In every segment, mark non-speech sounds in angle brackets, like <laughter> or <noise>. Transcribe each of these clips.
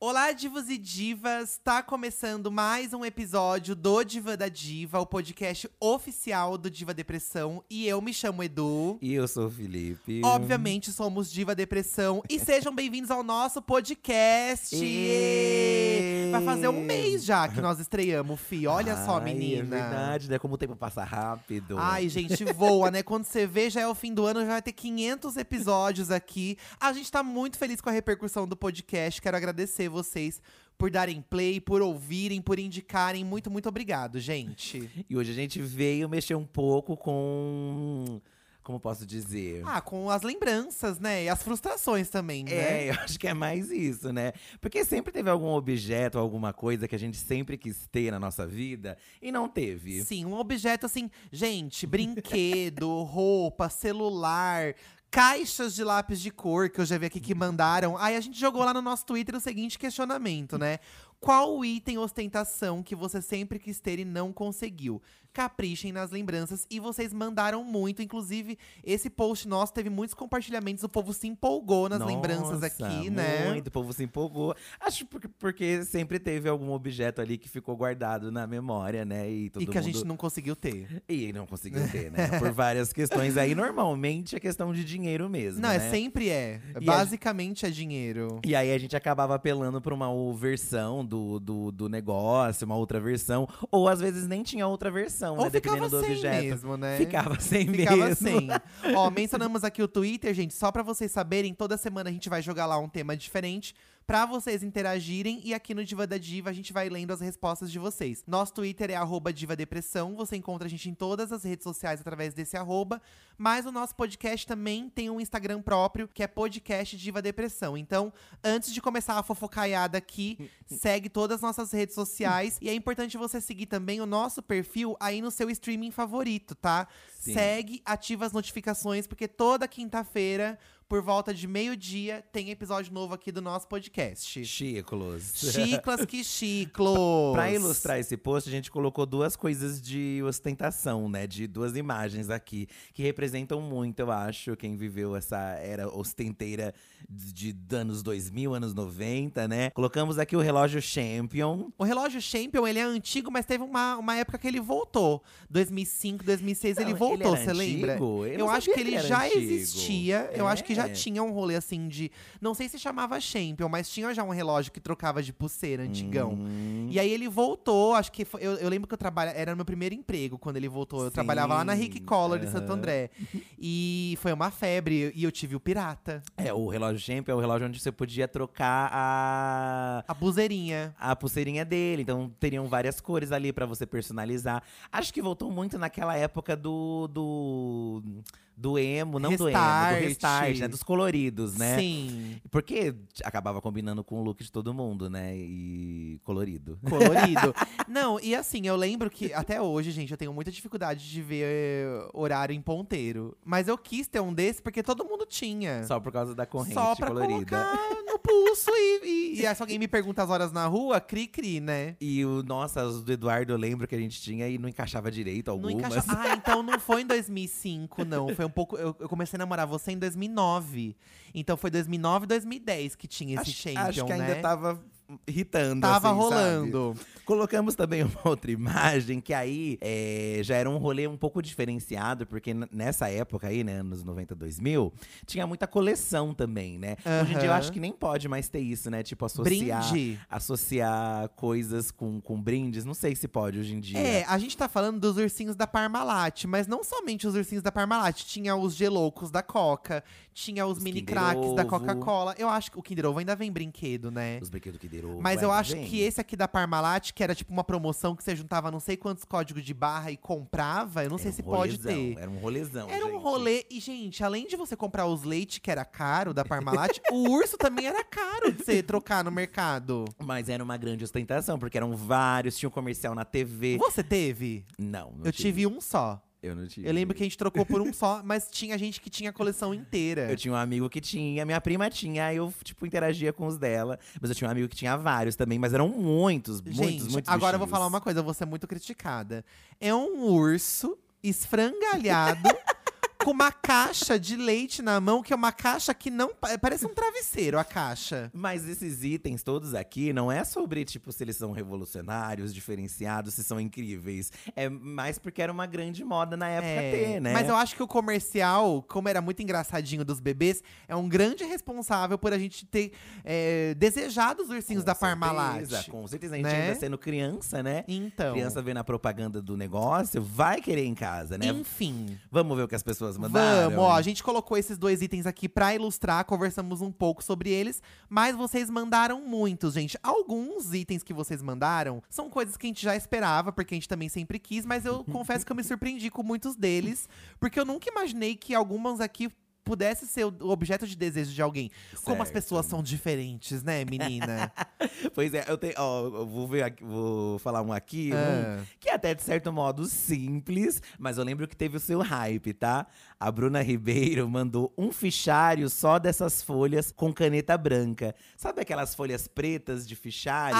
Olá, divos e divas! Está começando mais um episódio do Diva da Diva, o podcast oficial do Diva Depressão. E eu me chamo Edu. E eu sou o Felipe. um Obviamente somos Diva Depressão. <laughs> E sejam bem-vindos ao nosso podcast! Ê! Vai fazer um mês já que nós estreamos, Fi. Olha só, Ai, menina. É verdade, né? Como o tempo passa rápido. Ai, gente, voa, né? Quando você vê, já é o fim do ano, já vai ter 500 episódios aqui. A gente tá muito feliz com a repercussão do podcast. Quero agradecer vocês por darem play, por ouvirem, por indicarem. Muito, muito obrigado, gente. E hoje a gente veio mexer um pouco com. Como posso dizer? Ah, com as lembranças, né? E as frustrações também, né? É, eu acho que é mais isso, né? Porque sempre teve algum objeto, alguma coisa que a gente sempre quis ter na nossa vida e não teve. Sim, um objeto assim, gente, brinquedo, <laughs> roupa, celular, caixas de lápis de cor que eu já vi aqui que mandaram. Aí a gente jogou lá no nosso Twitter o seguinte questionamento, né? Qual o item ostentação que você sempre quis ter e não conseguiu? Caprichem nas lembranças e vocês mandaram muito. Inclusive, esse post nosso teve muitos compartilhamentos. O povo se empolgou nas Nossa, lembranças aqui, né? Muito, o povo se empolgou. Acho porque, porque sempre teve algum objeto ali que ficou guardado na memória, né? E, todo E que a mundo- Né? gente não conseguiu ter. E não conseguiu <laughs> ter, né? Por várias questões aí. Normalmente é questão de dinheiro mesmo. Não, né? é sempre é. gente- Basicamente é dinheiro. E aí a gente acabava apelando pra uma o- versão do, do, do negócio, uma outra versão. Ou às vezes nem tinha outra versão, Ou né? Dependendo ficava do sem objeto. mesmo, né? Ficava sem <laughs> Ficava mesmo. <laughs> assim. Ó, mencionamos aqui o Twitter, gente, só pra vocês saberem, toda semana a gente vai jogar lá um tema diferente pra vocês interagirem e aqui no Diva da Diva a gente vai lendo as respostas de vocês. Nosso Twitter é arroba Diva Depressão, você encontra a gente em todas as redes sociais através desse arroba, mas o nosso podcast também tem um Instagram próprio, que é podcast Diva Depressão. Então, antes de começar a fofocaiada <laughs> aqui, segue todas as nossas redes sociais e é importante você seguir também o nosso perfil aí no seu streaming favorito, tá? Sim. Segue, ativa as notificações, porque toda quinta-feira, por volta de meio-dia, tem episódio novo aqui do nosso podcast. Chiclos. Chiclas <laughs> que chiclos! Pra ilustrar esse post, a gente colocou duas coisas de ostentação, né? De duas imagens aqui, que representam muito, eu acho, quem viveu essa era ostenteira de de anos 2000, anos 90, né? Colocamos aqui o relógio Champion. O relógio Champion, ele é antigo, mas teve uma, uma época que ele voltou. 2005, 2006, ele Não, voltou, ele era você lembra? antigo? Eu Eu, não acho sabia que que ele era já antigo. existia. Eu acho que já É. tinha um rolê assim de. Não sei se chamava Champion, mas tinha já um relógio que trocava de pulseira antigão. Hum. E aí ele voltou, acho que foi- eu, eu lembro que eu trabalha, era meu primeiro emprego quando ele voltou. Eu Sim, trabalhava lá na Rick Collor de Santo aham. André. E foi uma febre e eu tive o pirata, É, o relógio Champion é o relógio onde você podia trocar a. a buzeirinha. A pulseirinha dele, então teriam várias cores ali pra você personalizar. Acho que voltou muito naquela época do. do, do emo, não do emo, Restart. do restart, né? Dos coloridos, né? Sim. Porque acabava combinando com o look de todo mundo, né? <laughs> E <laughs> colorido. Colorido. Não, e assim, eu lembro que até hoje, gente, eu tenho muita dificuldade de ver eh, horário em ponteiro. Mas eu quis ter um desse porque todo mundo tinha. Só por causa da corrente Só pra colorida. colocar <laughs> no pulso e, e, e aí, se alguém me pergunta as horas na rua, cri-cri, né? E o, nossa, os do Eduardo eu lembro que a gente tinha e não encaixava direito Não algumas. encaixa- Ah, então não foi em 2005, não. Foi um pouco. Eu, eu comecei a namorar você em 2009. Então foi 2009, 2010 que tinha esse acho, Champion, acho que ainda né? tava irritando. Tava assim, sabe? rolando. Colocamos também uma outra imagem, que aí é, já era um rolê um pouco diferenciado, porque n- nessa época aí, né, anos 90, 2000, tinha muita coleção também, né? Hoje em dia eu Aham. acho que nem pode mais ter isso, né? Tipo, associar, Brinde. associar coisas com, com brindes. Não sei se pode hoje em dia. É, a gente tá falando dos ursinhos da Parmalat, mas não somente os ursinhos da Parmalat. Tinha os geloucos da Coca, tinha os, Os mini Kinder cracks da Ovo. Coca-Cola. Eu acho que o Kinder Ovo ainda vem brinquedo, né? Os brinquedos que é, deram. Mas eu vai, acho vem. que esse aqui da Parmalat, que era tipo uma promoção que você juntava não sei quantos códigos de barra e comprava, eu não sei Era se um pode rolezão, ter. Era um rolezão. Era um gente. rolê. E, gente, além de você comprar os leite, que era caro, da Parmalat, o urso também era caro de você trocar no <laughs> mercado. Mas era uma grande ostentação, porque eram vários, tinha um comercial na TV. Você teve? Não, não Eu tive um só. Eu não tive. Eu lembro que a gente trocou por um só, <laughs> mas tinha gente que tinha a coleção inteira. Eu tinha um amigo que tinha, minha prima tinha, aí eu, tipo, interagia com os dela. Mas eu tinha um amigo que tinha vários também, mas eram muitos, muitos, gente, muitos. agora eu vou bichinhos. falar uma coisa, eu vou ser muito criticada. É um urso <laughs> esfrangalhado com uma caixa de leite na mão, que é uma caixa que não. pa- Parece um travesseiro a caixa. Mas esses itens todos aqui não é sobre, tipo, se eles são revolucionários, diferenciados, se são incríveis. É mais porque era uma grande moda na época É, ter, né? Mas eu acho que o comercial, como era muito engraçadinho dos bebês, é um grande responsável por a gente ter é, desejado os ursinhos da Parmalat. certeza, Com certeza, a gente né? ainda sendo criança, né? Então. Criança vendo a propaganda do negócio, vai querer em casa, né? Enfim. Vamos ver o que as pessoas mandaram. Vamos, ó, a gente colocou esses dois itens aqui pra ilustrar, conversamos um pouco sobre eles, mas vocês mandaram muitos, gente. Alguns itens que vocês mandaram são coisas que a gente já esperava, porque a gente também sempre quis, mas <laughs> eu confesso que eu me surpreendi com muitos deles, porque eu nunca imaginei que algumas aqui pudesse ser o objeto de desejo de alguém. Como as Certo. pessoas são diferentes, né, <laughs> menina? Pois é, eu tenho. Ó, eu vou ver aqui- vou falar um aqui, Ah. um que é até de certo modo simples, mas eu lembro que teve o seu hype, tá? A Bruna Ribeiro mandou um fichário só dessas folhas com caneta branca. Sabe aquelas folhas pretas de fichário?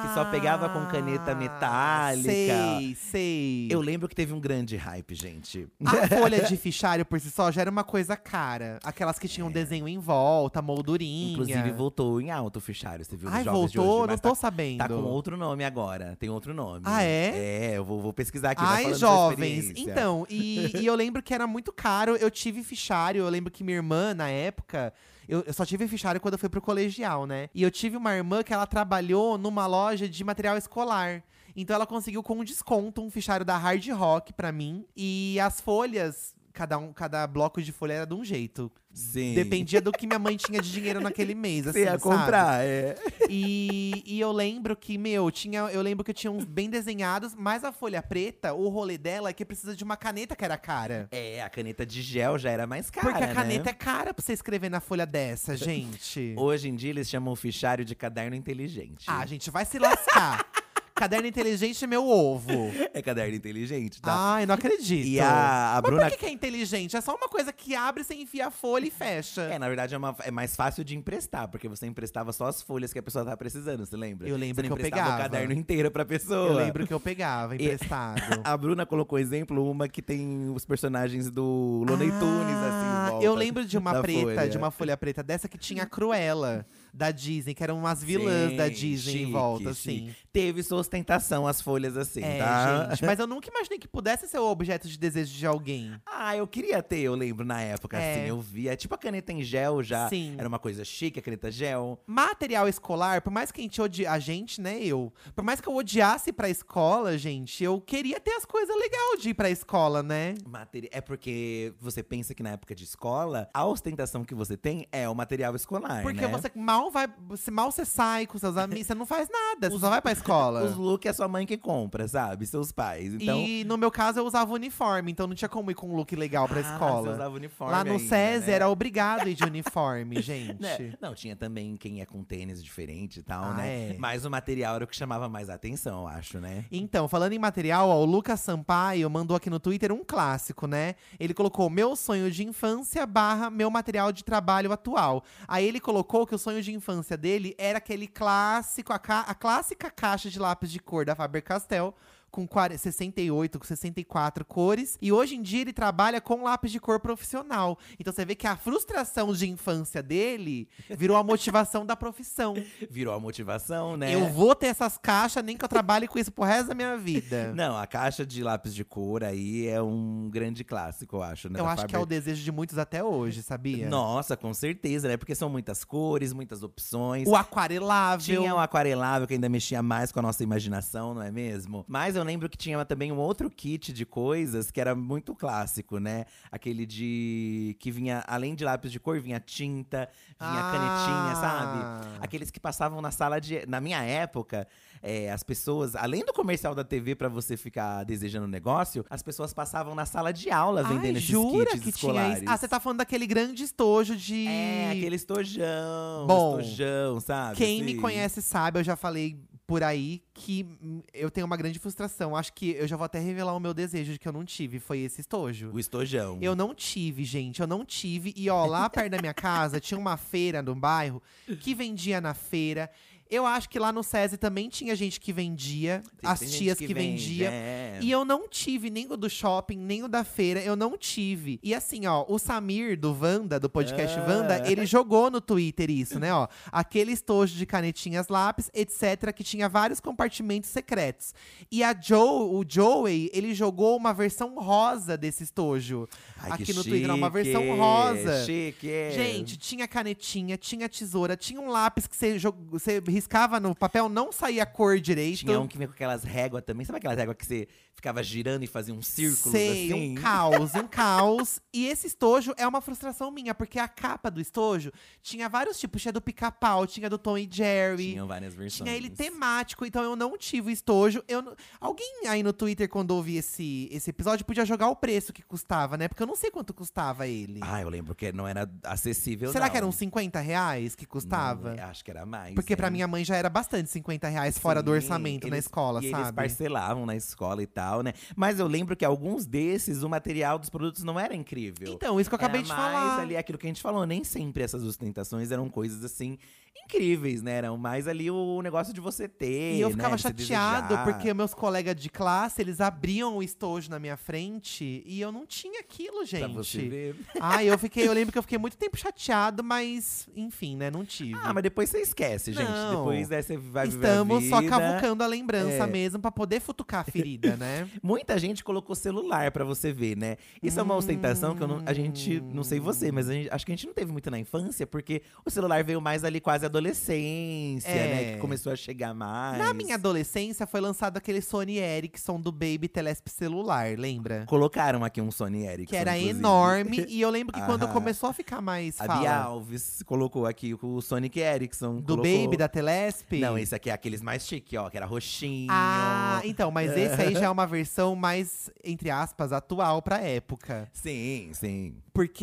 que só pegava com caneta metálica. Ah, Sei, Ah, sei. Eu lembro que teve um grande hype, gente. A folha de fichário por si só já era uma coisa cara. Aquelas que tinham desenho em volta, moldurinha. Inclusive voltou em alto o fichário, você viu os Ai, jovens de voltou? hoje, mas Não tô sabendo. Tá com outro nome agora, tem outro nome. Ah, é? É, eu vou, vou pesquisar aqui. vai Ai, falando sua jovens. experiência. Então, e, e eu lembro que era muito caro. Eu tive fichário. Eu lembro que minha irmã, na época, eu, eu só tive fichário quando eu fui pro colegial, né? E eu tive uma irmã que ela trabalhou numa loja de material escolar. Então ela conseguiu com um desconto um fichário da Hard Rock pra mim. E as folhas. Cada, um, cada bloco de folha era de um jeito. Sim. Dependia do que minha mãe tinha de dinheiro naquele mês, assim, Você ia sabe? comprar, é. E, e eu lembro que, meu, tinha, eu lembro que eu tinha uns bem desenhados, mas a folha preta, o rolê dela é que precisa de uma caneta que era cara. É, a caneta de gel já era mais cara. Porque a caneta né? é cara pra você escrever na folha <laughs> dessa, gente. Hoje em dia eles chamam o fichário de caderno inteligente. ah, gente, vai se lascar. Caderno inteligente é meu ovo. É caderno inteligente, tá? Ai, não acredito. E a- a mas Bruna- por que, que é inteligente? É só uma coisa que abre, você enfia a folha e fecha. É, na verdade é, uma- é mais fácil de emprestar, porque você emprestava só as folhas que a pessoa tava precisando, você lembra? Eu lembro você não que eu emprestava pegava. o caderno inteiro pra pessoa. eu lembro que eu pegava emprestado. A Bruna colocou exemplo uma que tem os personagens do Looney Tunes, assim, Ah, em volta Eu lembro de uma da preta, folha. de uma folha preta dessa que tinha a Cruella da Disney, que eram umas vilãs da Sim, Disney em chique, volta, chique. assim. Teve sua ostentação as folhas assim, É, tá? gente, <laughs> mas eu nunca imaginei que pudesse ser o objeto de desejo de alguém. Ah, eu queria ter, eu lembro na época, É. assim, eu via. Tipo a caneta em gel já. Sim. Era uma coisa chique, a caneta gel. Material escolar, por mais que a gente odie, a gente, né, eu, por mais que eu odiasse ir pra escola, gente, eu queria ter as coisas legais de ir pra escola, né? Materi é porque você pensa que na época de escola, a ostentação que você tem é o material escolar. Porque né? você mal vai, se mal você sai com seus amigos, você não faz nada, você só vai pra escola. Os looks é sua mãe que compra, sabe? Seus pais. Então. E no meu caso eu usava uniforme, então não tinha como ir com um look legal pra Ah, escola. você usava uniforme Lá no ainda, SESI né? era obrigado ir de uniforme, gente. <laughs> Né? Não, tinha também quem é com tênis diferente e tal, Ah, né? é. Mas o material era o que chamava mais a atenção, eu acho, né? Então, falando em material, ó, o Lucas Sampaio mandou aqui no Twitter um clássico, né? Ele colocou meu sonho de infância barra meu material de trabalho atual. Aí ele colocou que o sonho de infância dele era aquele clássico, a, ca- a clássica caixa de lápis de cor da Faber-Castell com 40, 68, com 64 cores. E hoje em dia ele trabalha com lápis de cor profissional. Então você vê que a frustração de infância dele virou a motivação da profissão. Virou a motivação, né? Eu vou ter essas caixas, nem que eu trabalhe com isso pro resto da minha <laughs> vida. Não, a caixa de lápis de cor aí é um grande clássico, eu acho, né? Eu da acho que é o desejo de muitos até hoje, sabia? Nossa, com certeza, né? Porque são muitas cores, muitas opções. O aquarelável. Tinha o aquarelável que ainda mexia mais com a nossa imaginação, não é mesmo? Mas eu lembro que tinha também um outro kit de coisas que era muito clássico, né? Aquele de. que vinha, além de lápis de cor, vinha tinta, vinha Ah. canetinha, sabe? Aqueles que passavam na sala de. Na minha época, é, as pessoas, além do comercial da TV pra você ficar desejando o negócio, as pessoas passavam na sala de aula Ai, vendendo jura esses kits que escolares. tinha isso? Ah, você tá falando daquele grande estojo de. É, aquele estojão, Bom, estojão, sabe? Quem me Assim. conhece sabe, eu já falei por aí que hum, eu tenho uma grande frustração. Acho que eu já vou até revelar o meu desejo de que eu não tive, foi esse estojo. O estojão. Eu não tive, gente, eu não tive. E ó, lá perto da minha casa tinha uma feira no bairro que vendia na feira. Eu acho que lá no SESI também tinha gente que vendia, Tem- as tem gente tias que, vende, vendia. é. E eu não tive nem o do shopping, nem o da feira, eu não tive. E assim, ó, o Samir do Wanda, do podcast Ah. Wanda, ele jogou no Twitter isso, né, ó. Aquele estojo de canetinhas, lápis, etc, que tinha vários compartimentos secretos. E a Joe, o Joey, ele jogou uma versão rosa desse estojo. Ai, que aqui no Twitter, uma versão chique, rosa. Chique. Gente, tinha canetinha, tinha tesoura, tinha um lápis que você, jog- você riscava no papel, não saía a cor direito. Tinha um que vinha com aquelas réguas também. Sabe aquelas réguas que você ficava girando e fazia um círculo Sei, assim? um caos, <laughs> um caos. E esse estojo é uma frustração minha, porque a capa do estojo tinha vários tipos. Tinha do pica-pau, tinha do Tom e Jerry. Tinham várias versões. Tinha ele temático, então eu não tive estojo. Eu não- Alguém aí no Twitter, quando ouvi esse, esse episódio, podia jogar o preço que custava, né? Porque eu não sei quanto custava ele. Ah, eu lembro que não era acessível, Será não. que eram 50 reais que Não, é, custava? acho que era mais. Porque pra hein? minha mãe já era bastante 50 reais fora do Sim, orçamento na eles- escola, e Eles sabe? parcelavam na escola e tal, né? Mas eu lembro que alguns desses, o material dos produtos não era incrível. Então, isso que eu acabei Era de mais falar. ali aquilo que a gente falou, nem sempre essas ostentações eram coisas assim incríveis, né? Eram mais ali o negócio de você ter. E eu né? ficava De você chateado desejar. porque meus colegas de classe, eles abriam o estojo na minha frente e eu não tinha aquilo, Pra você gente. ver. Ai, eu fiquei, eu lembro que eu fiquei muito tempo chateado, mas enfim, né, não tive. Ah, mas depois você esquece, gente. Não. Depois é, você vai viver. a Estamos só vida. cavucando a lembrança É. mesmo pra poder futucar a ferida, né? <laughs> Muita gente colocou celular pra você ver, né? Isso é uma ostentação que eu não- a gente, não sei Hum. você, mas a gente- acho que a gente não teve muito na infância, porque o celular veio mais ali quase adolescência, É. né? Que começou a chegar mais. Na minha adolescência foi lançado aquele Sony Ericsson do Baby Telesp celular, lembra? Colocaram aqui um Sony Ericsson. Que era inclusive. enorme e eu lembro que <laughs> quando Aham. começou a ficar mais A Bia fala, Alves colocou aqui o Sonic Ericsson. do colocou- Baby da Telesp. Não, esse aqui é aqueles mais chique, ó, que era roxinho. Ah, então, mas esse aí já é uma versão mais, entre aspas, atual pra época. Sim, sim.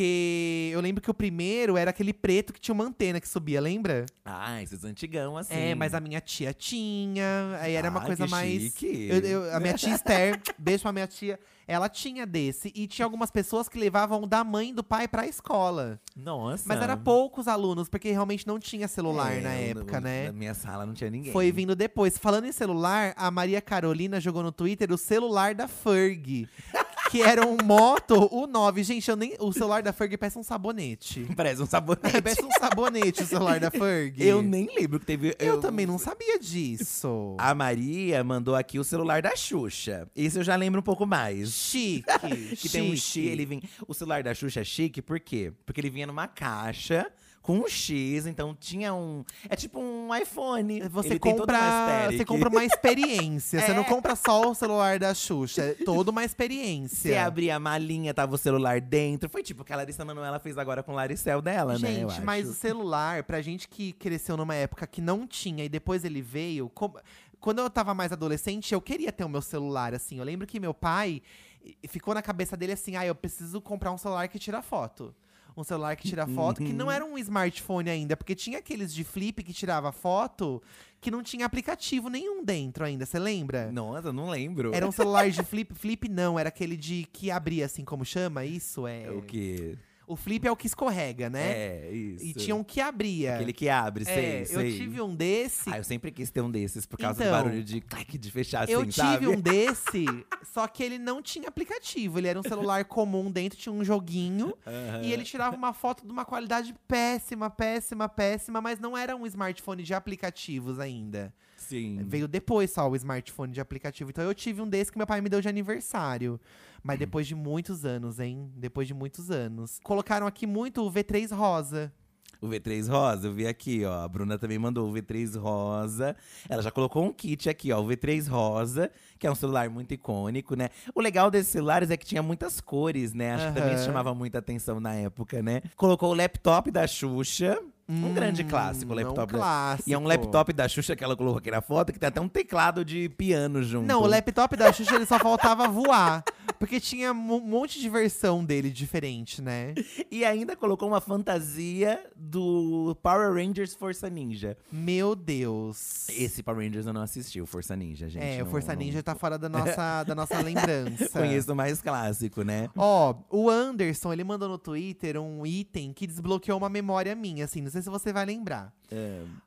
Porque eu lembro que o primeiro era aquele preto que tinha uma antena que subia, lembra? Ah, esses antigão assim. É, mas a minha tia tinha. Aí era uma Ah, coisa que mais. chique. Eu- eu- a minha tia Esther, <laughs> beijo pra minha tia. Ela tinha desse. E tinha algumas pessoas que levavam o da mãe e do pai pra escola. Nossa. Mas era poucos alunos, porque realmente não tinha celular É, na eu- época, eu- né? Na minha sala não tinha ninguém. Foi vindo depois. Falando em celular, a Maria Carolina jogou no Twitter o celular da Ferg. Que era um Moto U9. Gente, eu nem. O celular da Ferg parece um sabonete. Parece um <laughs> sabonete. Parece um sabonete o celular da Ferg. Eu nem lembro que teve. Eu, também não sabia disso. A Maria mandou aqui o celular da Xuxa. Isso eu já lembro um pouco mais. Chique. <laughs> Que tem um X, ele vem. O celular da Xuxa é chique, por quê? Porque ele vinha numa caixa com um X, então tinha um. É tipo um iPhone. Você Ele tem todo um compra, você aesthetic. compra uma <laughs> experiência. Você É. não compra só o celular da Xuxa. É toda uma experiência. Você abria a malinha, tava o celular dentro. Foi tipo o que a Larissa Manoela fez agora com o Laricel dela, né? eu Gente, acho. mas o celular, pra gente que cresceu numa época que não tinha e depois ele veio. como- Quando eu tava mais adolescente, eu queria ter o meu celular, assim. Eu lembro que meu pai e- ficou na cabeça dele assim: ah, eu preciso comprar um celular que tira foto. Um celular que tira foto, que Uhum. não era um smartphone ainda, porque tinha aqueles de flip que tirava foto que não tinha aplicativo nenhum dentro ainda, você lembra? Nossa, eu não lembro. Era um celular de flip, flip não, era aquele de que abria assim, como chama isso? É <laughs> O que? O flip é o que escorrega, né? É, isso. E tinha um que abria. Aquele que abre, sei, é, sei. eu tive um desse. Ah, eu sempre quis ter um desses por causa do Então, barulho de clac, de fechar assim, eu tive sabe? <laughs> um desse, só que ele não tinha aplicativo. Ele era um <laughs> celular comum dentro, tinha um joguinho. Aham. E ele tirava uma foto de uma qualidade péssima, péssima, péssima, mas não era um smartphone de aplicativos ainda. Sim. Veio depois só o smartphone de aplicativo. Então eu tive um desse que meu pai me deu de aniversário. Uhum. Mas depois de muitos anos, hein? Depois de muitos anos. Colocaram aqui muito o V3 rosa. O V3 rosa, eu vi aqui, ó. A Bruna também mandou o V3 rosa. Ela já colocou um kit aqui, ó. O V3 rosa, que é um celular muito icônico, né? O legal desses celulares é que tinha muitas cores, né? Acho que também isso Aham. chamava muita atenção na época, né? Colocou o laptop da Xuxa. Um grande clássico, o Hum, é um laptop da clássico. E é um laptop da Xuxa que ela colocou aqui na foto, que tem até um teclado de piano junto. Não, o laptop da Xuxa ele só faltava voar. Porque tinha um monte de versão dele diferente, né? E ainda colocou uma fantasia do Power Rangers Força Ninja. Meu Deus. Esse Power Rangers eu não assisti, o Força Ninja, gente. é, o não- Força não Ninja tá fora da nossa, da nossa lembrança. Conheço o mais clássico, né? Ó, o Anderson, ele mandou no Twitter um item que desbloqueou uma memória minha, assim, não sei se você vai lembrar.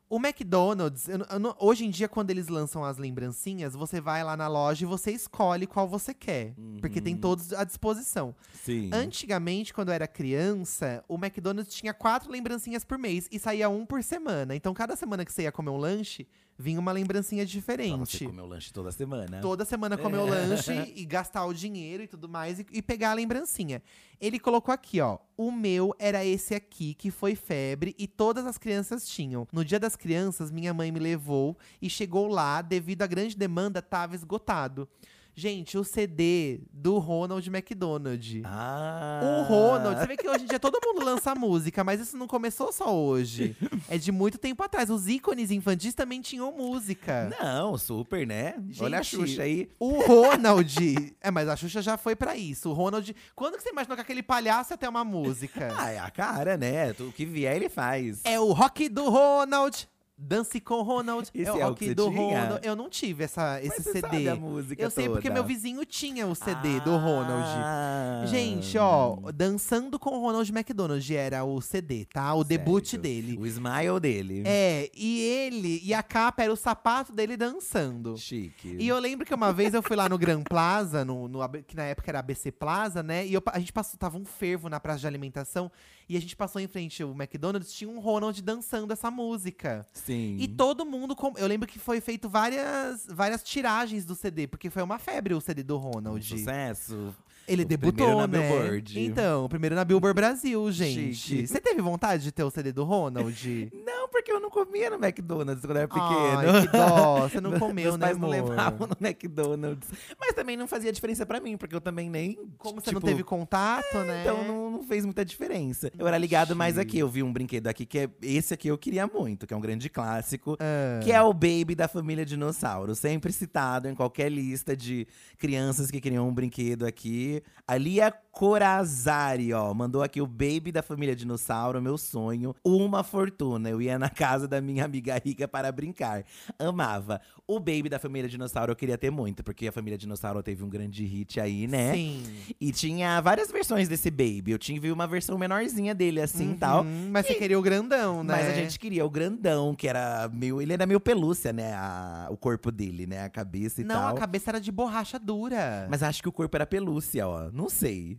O McDonald's, eu não- eu não- hoje em dia, quando eles lançam as lembrancinhas, você vai lá na loja e você escolhe qual você quer. Porque tem todos à disposição. Sim. Antigamente, quando eu era criança, o McDonald's tinha quatro lembrancinhas por mês e saía um por semana. Então, cada semana que você ia comer um lanche, vinha uma lembrancinha Você diferente. comeu lanche É. toda semana. Toda semana comer o <laughs> lanche e gastar o dinheiro e tudo mais e, e pegar a lembrancinha. Ele colocou aqui, ó. O meu era esse aqui, que foi febre e todas as crianças tinham. No dia das crianças, minha mãe me levou e chegou lá, devido à grande demanda, tava esgotado. Gente, o CD do Ronald McDonald. Ah. O Ronald, você vê que hoje em dia todo mundo lança música, mas isso não começou só hoje. É de muito tempo atrás. Os ícones infantis também tinham música. Não, super, né? Olha a Gente, Xuxa aí. O Ronald. é, mas a Xuxa já foi pra isso. O Ronald. Quando que você imaginou que aquele palhaço ia ter uma música? <laughs> Ah, é a cara, né? Tu- O que vier, ele faz. é o rock do Ronald. Dance com Ronald. Esse é o é o rock que você do tinha? Ronald. Eu não tive essa, esse Mas você CD. sabe a música Eu sei porque toda. meu vizinho tinha o CD do Ronald. Ah. Gente, ó, Dançando com Ronald McDonald era o CD, tá? O debut Certo. dele. O smile dele. É, e ele, e a capa era o sapato dele dançando. Chique. E eu lembro que uma vez eu fui lá no Gran Plaza, no, no AB que na época era ABC Plaza, né? E eu pa- a gente passou, tava um fervo na praça de alimentação, e a gente passou em frente ao McDonald's, tinha um Ronald dançando essa música. Sim. E todo mundo. com- Eu lembro que foi feito várias, várias tiragens do CD, porque foi uma febre o CD do Um Ronald. sucesso. Ele O debutou, primeiro na né? Billboard. Então, o primeiro na Billboard Brasil, gente. Chique. Você teve vontade de ter o CD do <laughs> Ronald? Não, porque eu não comia no McDonald's quando eu era pequeno. Ai, que dó, você não <laughs> Meus comeu, né, pais não amor? levavam no <laughs> McDonald's. Mas também não fazia diferença pra mim, porque eu também nem. Como você não tipo, teve contato, né? Então não, não fez muita diferença. Eu era ligado mais aqui. Eu vi um brinquedo aqui que é. Esse aqui eu queria muito, que é um grande clássico. Ah. Que é o Baby da família Dinossauro. Sempre citado em qualquer lista de crianças que queriam um brinquedo aqui. A Lia Corazari, ó, mandou aqui o Baby da família Dinossauro, meu sonho. Uma fortuna. Eu ia na casa da minha amiga rica para brincar. Amava. O Baby da família Dinossauro eu queria ter muito, porque a família Dinossauro teve um grande hit aí, né? Sim. E tinha várias versões desse Baby. Eu tive uma versão menorzinha dele, assim, e tal. Uhum, mas você queria o grandão, né? Mas a gente queria o grandão, que era meio. Ele era meio pelúcia, né? a- o corpo dele, né? A cabeça e Não, tal. a cabeça era de borracha dura. Mas <laughs> acho que o corpo era pelúcia, ó. Não sei.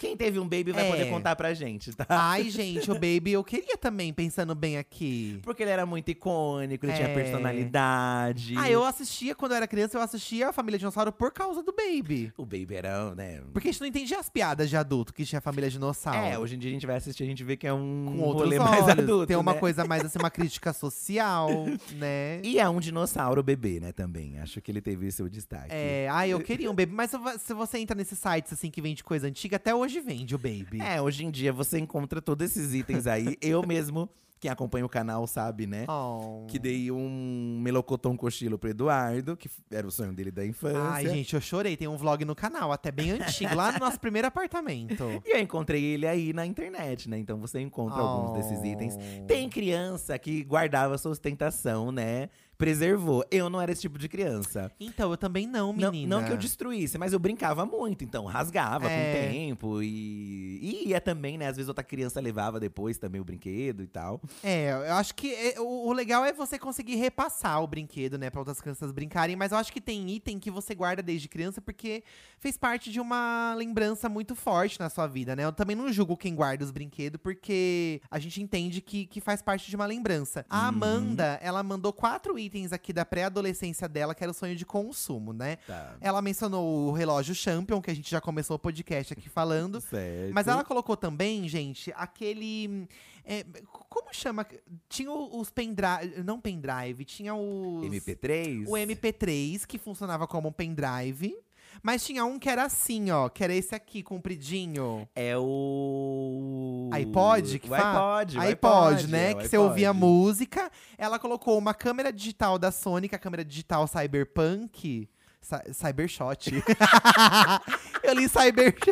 Quem teve um baby vai É. poder contar pra gente, tá? Ai, gente, o Baby eu queria também, pensando bem aqui. <laughs> Porque ele era muito icônico, ele É. tinha personalidade. Ah, eu assistia, quando eu era criança, eu assistia a Família Dinossauro por causa do Baby. O baby era, né? Porque a gente não entendia as piadas de adulto que tinha a Família Dinossauro. É, hoje em dia a gente vai assistir, a gente vê que é um Com outros rolê olhos. mais adulto. Tem uma né? coisa mais, assim, uma crítica <laughs> social, né? E é um dinossauro bebê, né, também. Acho que ele teve seu destaque. É, ah, eu queria um Baby. Mas se vo- se você entra nesses sites, assim, que vende coisa antiga, até hoje vende o Baby. É, hoje em dia você encontra todos esses itens aí. <laughs> eu mesmo, quem acompanha o canal sabe, né? Oh. Que dei um melocotão cochilo pro Eduardo, que f- era o sonho dele da infância. Ai, gente, eu chorei. Tem um vlog no canal, até bem antigo, lá no nosso primeiro <laughs> apartamento. E eu encontrei ele aí na internet, né? Então você encontra alguns desses itens. Oh. Tem criança que guardava sua ostentação, né? preservou. Eu não era esse tipo de criança. Então, eu também não, Não- menina. Não, que eu destruísse, mas eu brincava muito, então rasgava com É. o tempo e, e ia também, né? Às vezes outra criança levava depois também o brinquedo e tal. É, eu acho que é, o, o legal é você conseguir repassar o brinquedo, né, pra outras crianças brincarem. Mas eu acho que tem item que você guarda desde criança porque fez parte de uma lembrança muito forte na sua vida, né? Eu também não julgo quem guarda os brinquedos porque a gente entende que, que faz parte de uma lembrança. Uhum. A Amanda, ela mandou quatro itens aqui da pré-adolescência dela, que era o sonho de consumo, né? Tá. Ela mencionou o relógio Champion, que a gente já começou o podcast aqui falando. Certo. Mas ela colocou também, gente, aquele. hum, é, c- como chama? Tinha o- os pendrive. Não pendrive, tinha os. MP3? O MP3, que funcionava como um pendrive. Mas tinha um que era assim, ó, que era esse aqui, compridinho. É o. iPod que o fala? iPod, o iPod, né? é, o que você iPod. ouvia música. Ela colocou uma câmera digital da Sony, que é a câmera digital Cyberpunk. Cy- Cybershot. <laughs> Eu li Cyber. <laughs>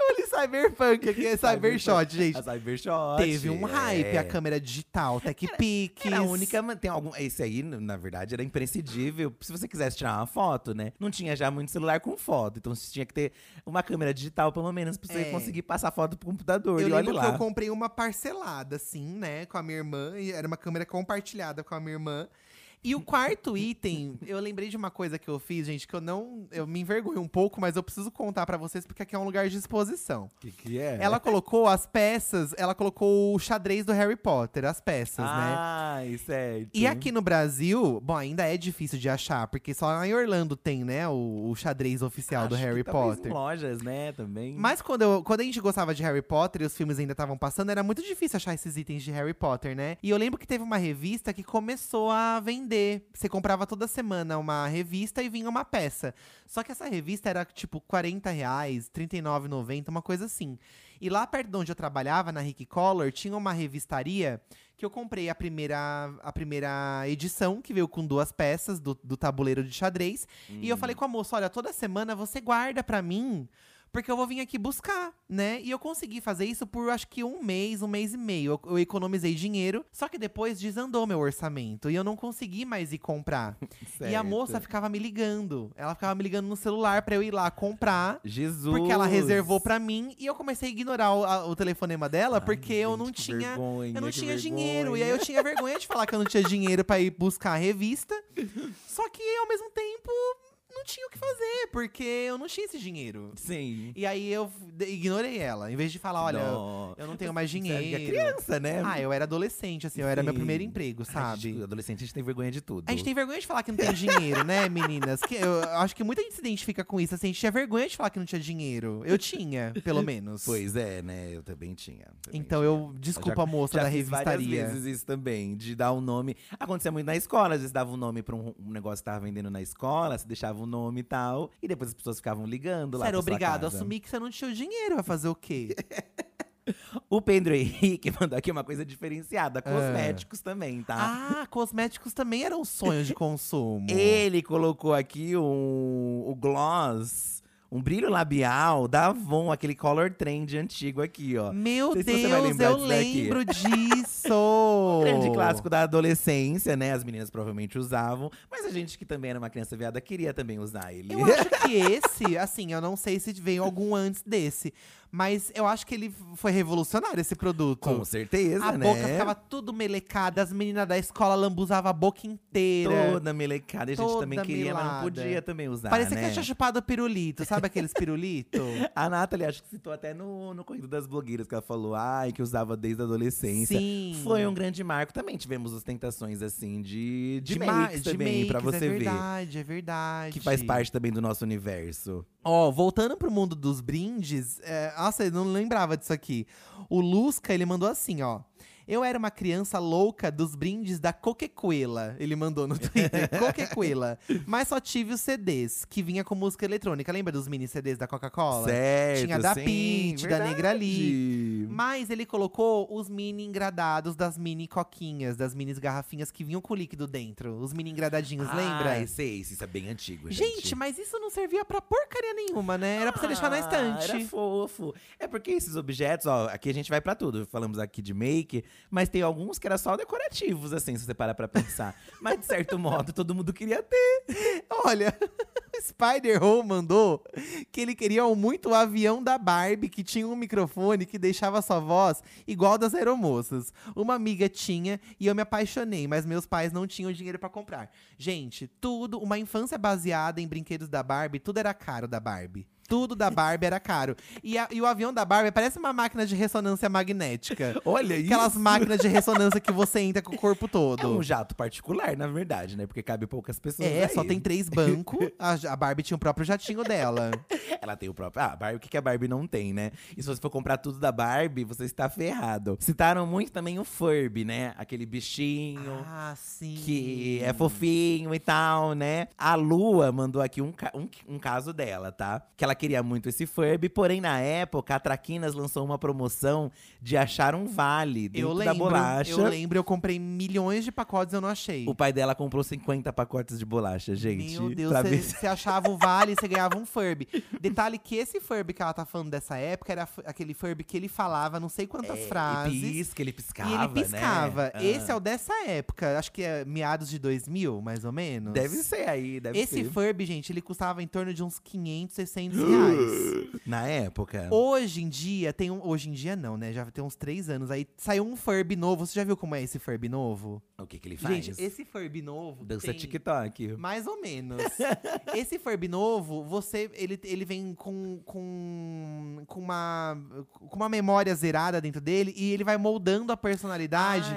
Eu li Cyberpunk aqui, é Cybershot, gente. A Cybershot. Teve um hype é. a câmera digital, TechPix. Era a única, mas tem algum. Esse aí, n- na verdade, era imprescindível. Se você quisesse tirar uma foto, né? Não tinha já muito celular com foto. Então você tinha que ter uma câmera digital, pelo menos, pra você É. conseguir passar foto pro computador. Eu e olha lembro que lá. eu comprei uma parcelada, assim, né, com a minha irmã. E era uma câmera compartilhada com a minha irmã. E o <laughs> quarto item, eu lembrei de uma coisa que eu fiz, gente, que eu não. Eu me envergonho um pouco, mas eu preciso contar pra vocês, porque aqui é um lugar de exposição. O que, que é? Ela colocou as peças, ela colocou o xadrez do Harry Potter, as peças, né? Ah, Ai, certo. E aqui no Brasil, bom, ainda é difícil de achar, porque só em Orlando tem, né, o, o xadrez oficial do Acho que Harry talvez um Potter. Em lojas, né? Também. Mas quando, eu- quando a gente gostava de Harry Potter e os filmes ainda estavam passando, era muito difícil achar esses itens de Harry Potter, né? E eu lembro que teve uma revista que começou a vender. Você comprava toda semana uma revista e vinha uma peça. Só que essa revista era tipo R$ 40 reais, R$ 39,90, uma coisa assim. E lá perto de onde eu trabalhava, na Rick Collor, tinha uma revistaria que eu comprei a primeira, a primeira edição, que veio com duas peças do, do tabuleiro de xadrez. E eu falei com a moça: olha, toda semana você guarda pra mim, porque eu vou vir aqui buscar, né? E eu consegui fazer isso por acho que um mês, um mês e meio. Eu, eu economizei dinheiro, só que depois desandou meu orçamento e eu não consegui mais ir <laughs> comprar. E a Certo. moça ficava me ligando. Ela ficava me ligando no celular pra eu ir lá comprar. Jesus. Porque ela reservou pra mim e eu comecei a ignorar o, a- o telefonema dela Ai, porque eu gente, não que tinha. vergonha, eu não que tinha dinheiro. E vergonha. aí eu tinha vergonha de falar que eu não tinha dinheiro pra ir buscar a revista. Só que ao mesmo tempo não tinha o que fazer, porque eu não tinha esse dinheiro. Sim. E aí eu de- ignorei ela. Em vez de falar, olha, Não. eu não tenho mais Você é dinheiro. criança, né? Ah, eu era adolescente, assim, eu era meu Sim. primeiro emprego, Ai, sabe? gente, adolescente, a gente tem vergonha de tudo. A gente tem vergonha de falar que não tem dinheiro, né, meninas? Que eu acho que muita gente se identifica com isso. Assim, a gente tinha vergonha de falar que não tinha dinheiro. Eu tinha, pelo menos. Pois é, né? Eu também tinha. também Então eu desculpa a moça já da fiz várias revistaria. vezes isso também, de dar um nome. Acontecia muito na escola, às vezes dava um nome pra um, um negócio que tava vendendo na escola, se deixava um nome e tal, e depois as pessoas ficavam ligando lá. Você era pra sua obrigado a casa. assumir que você não tinha o dinheiro. Vai fazer o <laughs> quê? O Pedro Henrique <laughs> mandou aqui uma coisa diferenciada, cosméticos também, tá? ah, cosméticos também eram um sonho de consumo. Ele colocou aqui um, o gloss, um brilho labial da Avon, aquele color trend antigo aqui, ó. Meu Não sei se você vai Deus, lembrar eu disso daqui. <laughs> Um lembro disso! Grande clássico da adolescência, né? As meninas provavelmente usavam, mas a gente que também era uma criança viada queria também usar ele. Eu <laughs> acho que esse, assim, eu não sei se veio algum antes desse. Mas eu acho que ele foi revolucionário, esse produto. Com certeza, a né? boca ficava tudo melecada, as meninas da escola lambuzavam a boca inteira. toda melecada. E a gente Toda também queria, mas não melada. podia também usar, Parecia né? que tinha chupado pirulito, sabe aqueles pirulito? A Nathalie, acho que citou até no, no Corrido das Blogueiras, que ela falou, ai, que usava desde a adolescência. Sim. Foi um grande marco. Também tivemos ostentações, assim, <laughs> de, de, ma- makes também, pra makes, você é ver. verdade, é verdade. Que faz parte também do nosso universo. Ó, voltando pro mundo dos brindes, é, nossa, eu não lembrava disso aqui. O Lusca, ele mandou assim, ó. Eu era uma criança louca dos brindes da Coquequela. Ele mandou no <laughs> Twitter, Coquequela. Mas só tive os CDs, que vinha com música eletrônica. Lembra dos mini CDs da Coca-Cola? Certo, Tinha da sim, Pete, da verdade. Negra Lee. Mas ele colocou os mini engradados das mini coquinhas, das mini garrafinhas que vinham com líquido dentro. Os mini engradadinhos, lembra? Ai, sei, isso é bem antigo, gente. Gente, mas isso não servia pra porcaria nenhuma, né? Era pra você deixar na Ah, estante. Era fofo. É porque esses objetos, ó, aqui a gente vai pra tudo. Falamos aqui de make, Mas tem alguns que eram só decorativos, assim, se você parar <laughs> pra pensar. Mas, de certo modo, todo mundo queria ter. Olha, <laughs> Spider-Ho mandou que ele queria muito o avião da Barbie, que tinha um microfone que deixava sua voz igual das aeromoças. Uma amiga tinha e eu me apaixonei, mas meus pais não tinham dinheiro pra comprar. Gente, tudo, uma infância baseada em brinquedos da Barbie, tudo era caro da Barbie. Tudo da Barbie era caro. E, a- e o avião da Barbie parece uma máquina de ressonância magnética. Olha isso! Aquelas máquinas de ressonância que você entra com o corpo todo. É um jato particular, na verdade, né? Porque cabe poucas pessoas. É, só aí. tem três bancos. A, a Barbie tinha o próprio jatinho dela. Ela tem o próprio. Ah, Barbie, o que que a Barbie não tem, né? E se você for comprar tudo da Barbie, você está ferrado. Citaram muito também o Furby, né? Aquele bichinho. Ah, sim. Que é fofinho e tal, né? A Lua mandou aqui um, ca- um, um caso dela, tá? Que ela queria muito esse Furby, porém na época a Traquinas lançou uma promoção de achar um vale dentro eu da lembro, bolacha. eu lembro, eu comprei milhões de pacotes e eu não achei. O pai dela comprou 50 pacotes de bolacha, gente. Meu Deus, pra ver se- <laughs> você achava o vale e você ganhava um Furby. Detalhe que esse Furby que ela tá falando dessa época era f- aquele Furby que ele falava não sei quantas <laughs> É, frases. E pisca, ele piscava, e ele piscava. Né? Ah. Esse é o dessa época, acho que é meados de 2000, mais ou menos. Deve ser aí, deve Esse ser. Furby, gente, ele custava em torno de uns 500, 600 <gasps> reais. <gasps> Na época. Hoje em dia, tem um. Hoje em dia não, né? Já tem uns três anos. Aí saiu um Furby novo. Você já viu como é esse Furby novo? O que, que ele faz? Gente, esse Furby novo. Dança tem- TikTok. Mais ou <laughs> menos. esse Furby novo, você. Ele, ele vem com, com. com uma. com uma memória zerada dentro dele e ele vai moldando a personalidade.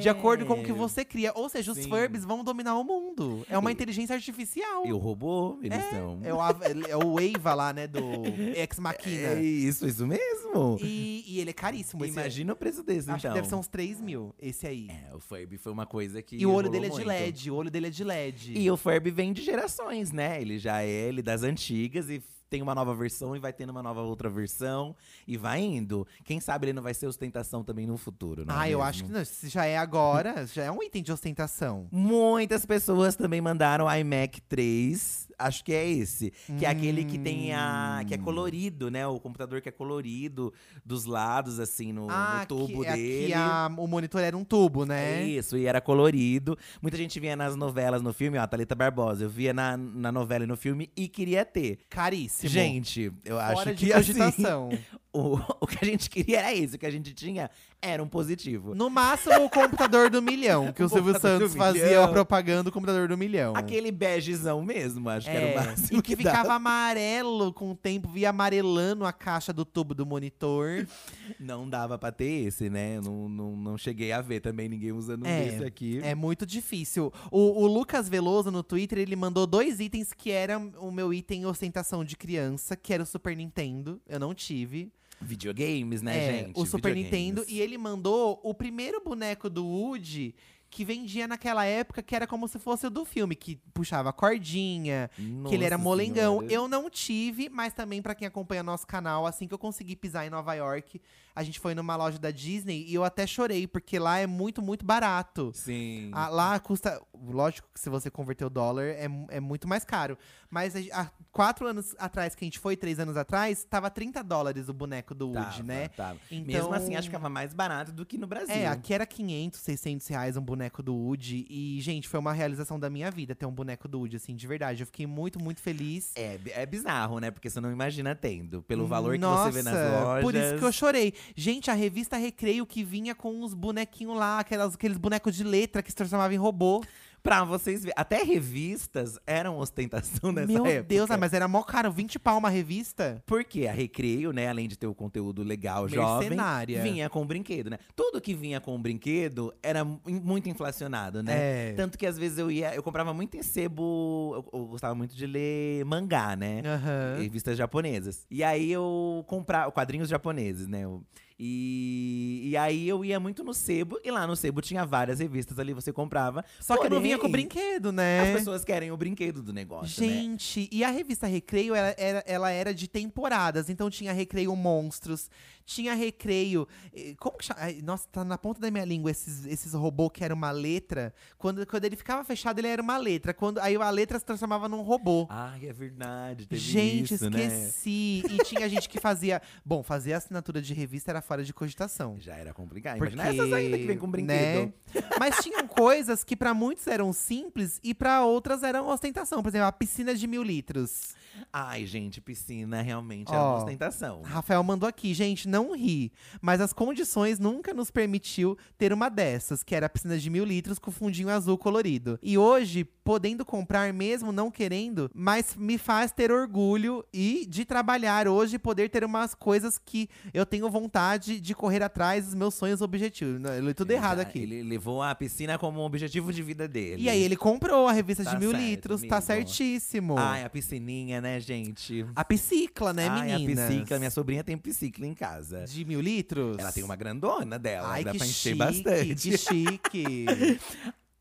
De acordo com o que você cria. Ou seja, os Ah, é. Sim. Furbies vão dominar o mundo. É uma E- inteligência artificial. E o robô, eles são. É o, Ava- é o Eva lá, né? Do <laughs> Ex Machina. É isso, isso mesmo. E, e ele é caríssimo. Esse Imagina o preço desse, Acho então. que deve ser uns 3 mil, esse aí. É, o Furby foi uma coisa que. E o olho rolou dele é de muito. LED, o olho dele é de LED. E o Furby vem de gerações, né? Ele já é ele das antigas e tem uma nova versão e vai tendo uma nova outra versão e vai indo. Quem sabe ele não vai ser ostentação também no futuro, não é Ah, eu mesmo? acho que não, se já é agora, já é um item de ostentação. Muitas pessoas também mandaram o iMac 3, acho que é esse, que é aquele que tem a Hum. que é colorido, né? O computador que é colorido dos lados assim no, no ah, tubo que, é dele. que a- o monitor era um tubo, É né? Isso, e era colorido. Muita gente via nas novelas, no filme, ó, a Thalita Barbosa. Eu via na, na novela e no filme e queria ter. Caríssimo. Gente, eu Fora de acho que assim, cogitação. <laughs> o, o que a gente queria era isso, o que a gente tinha era um positivo. No máximo, o computador do milhão, <laughs> que o, O Silvio computador do Santos fazia milhão. a propaganda do computador do milhão. Aquele begezão mesmo, acho que era É, o máximo. e que dava. ficava amarelo com o tempo, via amarelando a caixa do tubo do <laughs> monitor. Não dava pra ter esse, né? Não, não, não cheguei a ver também ninguém usando É, um desse aqui. É muito difícil. O, o Lucas Veloso no Twitter, ele mandou dois itens que eram o meu item ostentação de criança, que era o Super Nintendo. Eu não tive. Videogames, né, É, gente? O Super Videogames. Nintendo. E ele mandou o primeiro boneco do Woody que vendia naquela época, que era como se fosse o do filme, que puxava a cordinha, que ele era Nossa molengão. Senhora. Eu não tive, mas também pra quem acompanha nosso canal, assim que eu consegui pisar em Nova York, a gente foi numa loja da Disney e eu até chorei, porque lá é muito, muito barato. Sim. Ah, lá custa. Lógico que se você converter o dólar, é, mu- é muito mais caro. Mas a gen- há quatro anos atrás que a gente foi, três anos atrás, tava 30 dólares o boneco do Woody, Tava, né? tava. Então- Mesmo assim, acho que ficava mais barato do que no Brasil. É, aqui era 500, 600 reais um boneco do Woody. E, gente, foi uma realização da minha vida ter um boneco do Woody, assim, de verdade. Eu fiquei muito, muito feliz. É, bi- é bizarro, né? Porque você não imagina tendo. Pelo valor que você vê nas Nossa, lojas. Por isso que eu chorei. Gente, a revista Recreio que vinha com os bonequinhos lá, aquelas, aqueles bonecos de letra que se transformavam em robô. Pra vocês verem. Até revistas eram ostentação <laughs> nessa Meu época. Deus, ah, mas era mó caro, 20 pau uma revista. Porque a Recreio, né, além de ter o conteúdo legal, jovem, Mercenária. vinha com brinquedo, né? Tudo que vinha com brinquedo era mu- muito inflacionado, né? É. Tanto que às vezes eu ia, eu comprava muito em sebo, eu, eu gostava muito de ler mangá, né? Aham. Revistas japonesas. E aí eu comprava quadrinhos japoneses, né? Eu- e, e aí eu ia muito no sebo, e lá no sebo tinha várias revistas ali, você comprava. Só que não vinha com Porém, brinquedo, né? As pessoas querem o brinquedo do negócio, né? Gente, e a revista Recreio, ela era, ela era de temporadas. Então tinha Recreio Monstros, tinha Recreio… eh, Como que chama? Ai, Nossa, tá na ponta da minha língua esses, esses robôs que era uma letra. Quando, quando ele ficava fechado, ele era uma letra. Quando, aí a letra se transformava num robô. Ai, é verdade, teve Gente, isso, né? esqueci. E tinha gente que fazia. Bom, fazer assinatura de revista era fora de cogitação. Já era complicado. Ah, Imagina essas ainda que vem com brinquedo. né? Mas tinham coisas que pra muitos eram simples e pra outras eram ostentação. Por exemplo, a piscina de mil litros. Ai, gente, piscina realmente era Ó. tá uma ostentação. Rafael mandou aqui, gente, não ri. Mas as condições nunca nos permitiu ter uma dessas, que era a piscina de mil litros com fundinho azul colorido. E hoje, podendo comprar mesmo não querendo, mas me faz ter orgulho e de trabalhar hoje e poder ter umas coisas que eu tenho vontade de correr atrás dos meus sonhos e objetivos. Não, Eu li tudo Ele errado já- aqui. Ele levou a piscina como um objetivo de vida dele. E aí ele comprou a revista Tá de mil certo, litros, tá amigo. certíssimo. Ai, a piscininha, né, gente? a piscicla, né, Ai, menina? a piscicla. é Minha sobrinha tem piscicla em casa. De mil litros? Ela tem uma grandona dela, Ai, dá que pra encher chique, bastante. que <laughs> chique.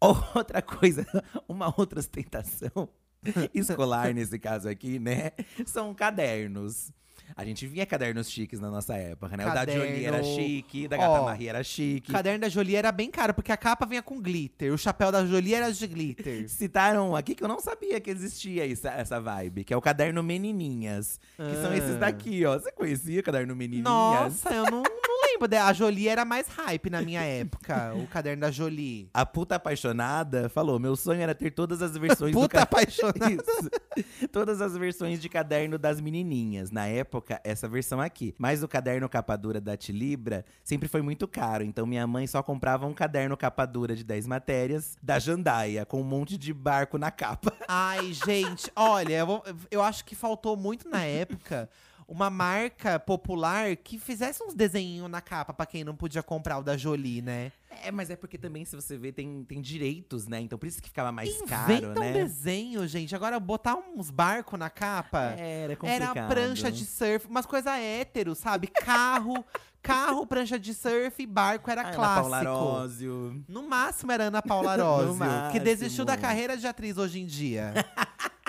Outra coisa, uma outra ostentação <laughs> escolar nesse caso aqui, né? São cadernos. A gente via cadernos chiques na nossa época, né? O da Jolie era Caderno. chique, da Ó, Gata Marie era O chique. caderno da Jolie era bem caro, porque a capa vinha com glitter. O chapéu da Jolie era de glitter. Citaram aqui que eu não sabia que existia essa, essa vibe, que é o caderno Menininhas. Que são esses Ah. daqui, ó. Você conhecia o caderno Menininhas? Nossa, eu não, não lembro. dela. A Jolie era mais hype na minha época, o caderno da Jolie. A puta apaixonada falou: meu sonho era ter todas as versões do Puta ca- apaixonada. <laughs> Isso. Todas as versões de caderno das menininhas. Na época, essa versão aqui. Mas o caderno capa dura da Tilibra sempre foi muito caro. Então minha mãe só comprava um caderno capa dura de 10 matérias da Jandaia, com um monte de barco na capa. <laughs> Ai, gente, olha, eu, vou- eu acho que faltou muito na época uma marca popular que fizesse uns desenhinhos na capa pra quem não podia comprar o da Jolie, né? É, mas é porque também, se você vê, tem, tem direitos, né? Então por isso que ficava mais Inventa caro, um né? desenho, gente. Agora botar uns barcos na capa. Era Era complicado. prancha de surf, umas coisas hétero, sabe? <laughs> Carro, carro, prancha de surf, barco era Ana clássico. Paula Arósio. No máximo era Ana Paula Arósio, <laughs> No que desistiu máximo. da carreira de atriz hoje em <laughs> dia.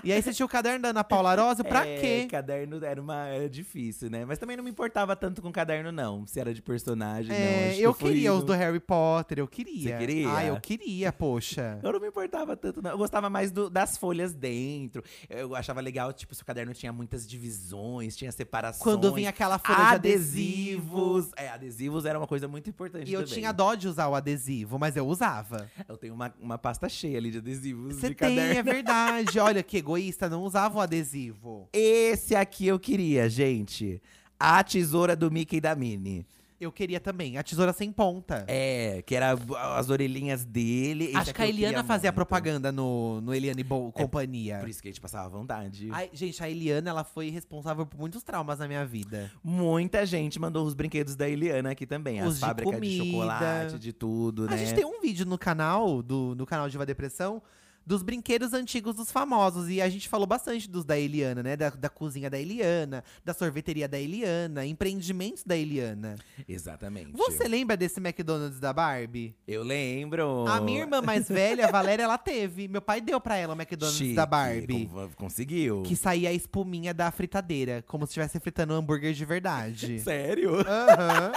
e aí você tinha o caderno da Ana Paula Arósio, pra É, quê? Caderno era uma era difícil, né? Mas também não me importava tanto com caderno, não. Se era de personagem, É, não. Acho eu que foi queria no- os do Harry Potter, eu queria. Você queria? Ah, eu queria, poxa. Eu <laughs> não me importava tanto, não. Eu gostava mais do- das folhas dentro. Eu achava legal, tipo, se o caderno tinha muitas divisões, tinha separações. Quando vinha aquela folha de adesivos. adesivos. É, adesivos era uma coisa muito importante. E eu também. tinha dó de usar o adesivo, mas eu usava. <laughs> Eu tenho uma, uma pasta cheia ali de adesivos Você de tem, é caderno. verdade. Olha que egoísta, não usava o adesivo. Esse aqui eu queria, gente. A tesoura do Mickey e da Minnie. Eu queria também. A tesoura sem ponta. É, que era as orelhinhas dele. Esse Acho que a aqui eu queria Eliana fazia muito. É propaganda no, no Eliane Bo Companhia. Por isso que a gente passava vontade. Ai, gente, a Eliana ela foi responsável por muitos traumas na minha vida. Muita gente mandou os brinquedos da Eliana aqui também. Os As de fábricas de, comida. chocolate, de tudo, né? A gente tem um vídeo no canal, do, no canal Diva Depressão, dos brinquedos antigos dos famosos. E a gente falou bastante dos da Eliana, né? Da, da cozinha da Eliana, da sorveteria da Eliana, empreendimentos da Eliana. um Exatamente. Você lembra desse McDonald's da Barbie? Eu lembro. A minha irmã mais velha, a Valéria, ela teve. Meu pai deu pra ela o McDonald's Chique, da Barbie. con- Conseguiu. que saía a espuminha da fritadeira, como se estivesse fritando um hambúrguer de <laughs> verdade. Sério? Aham.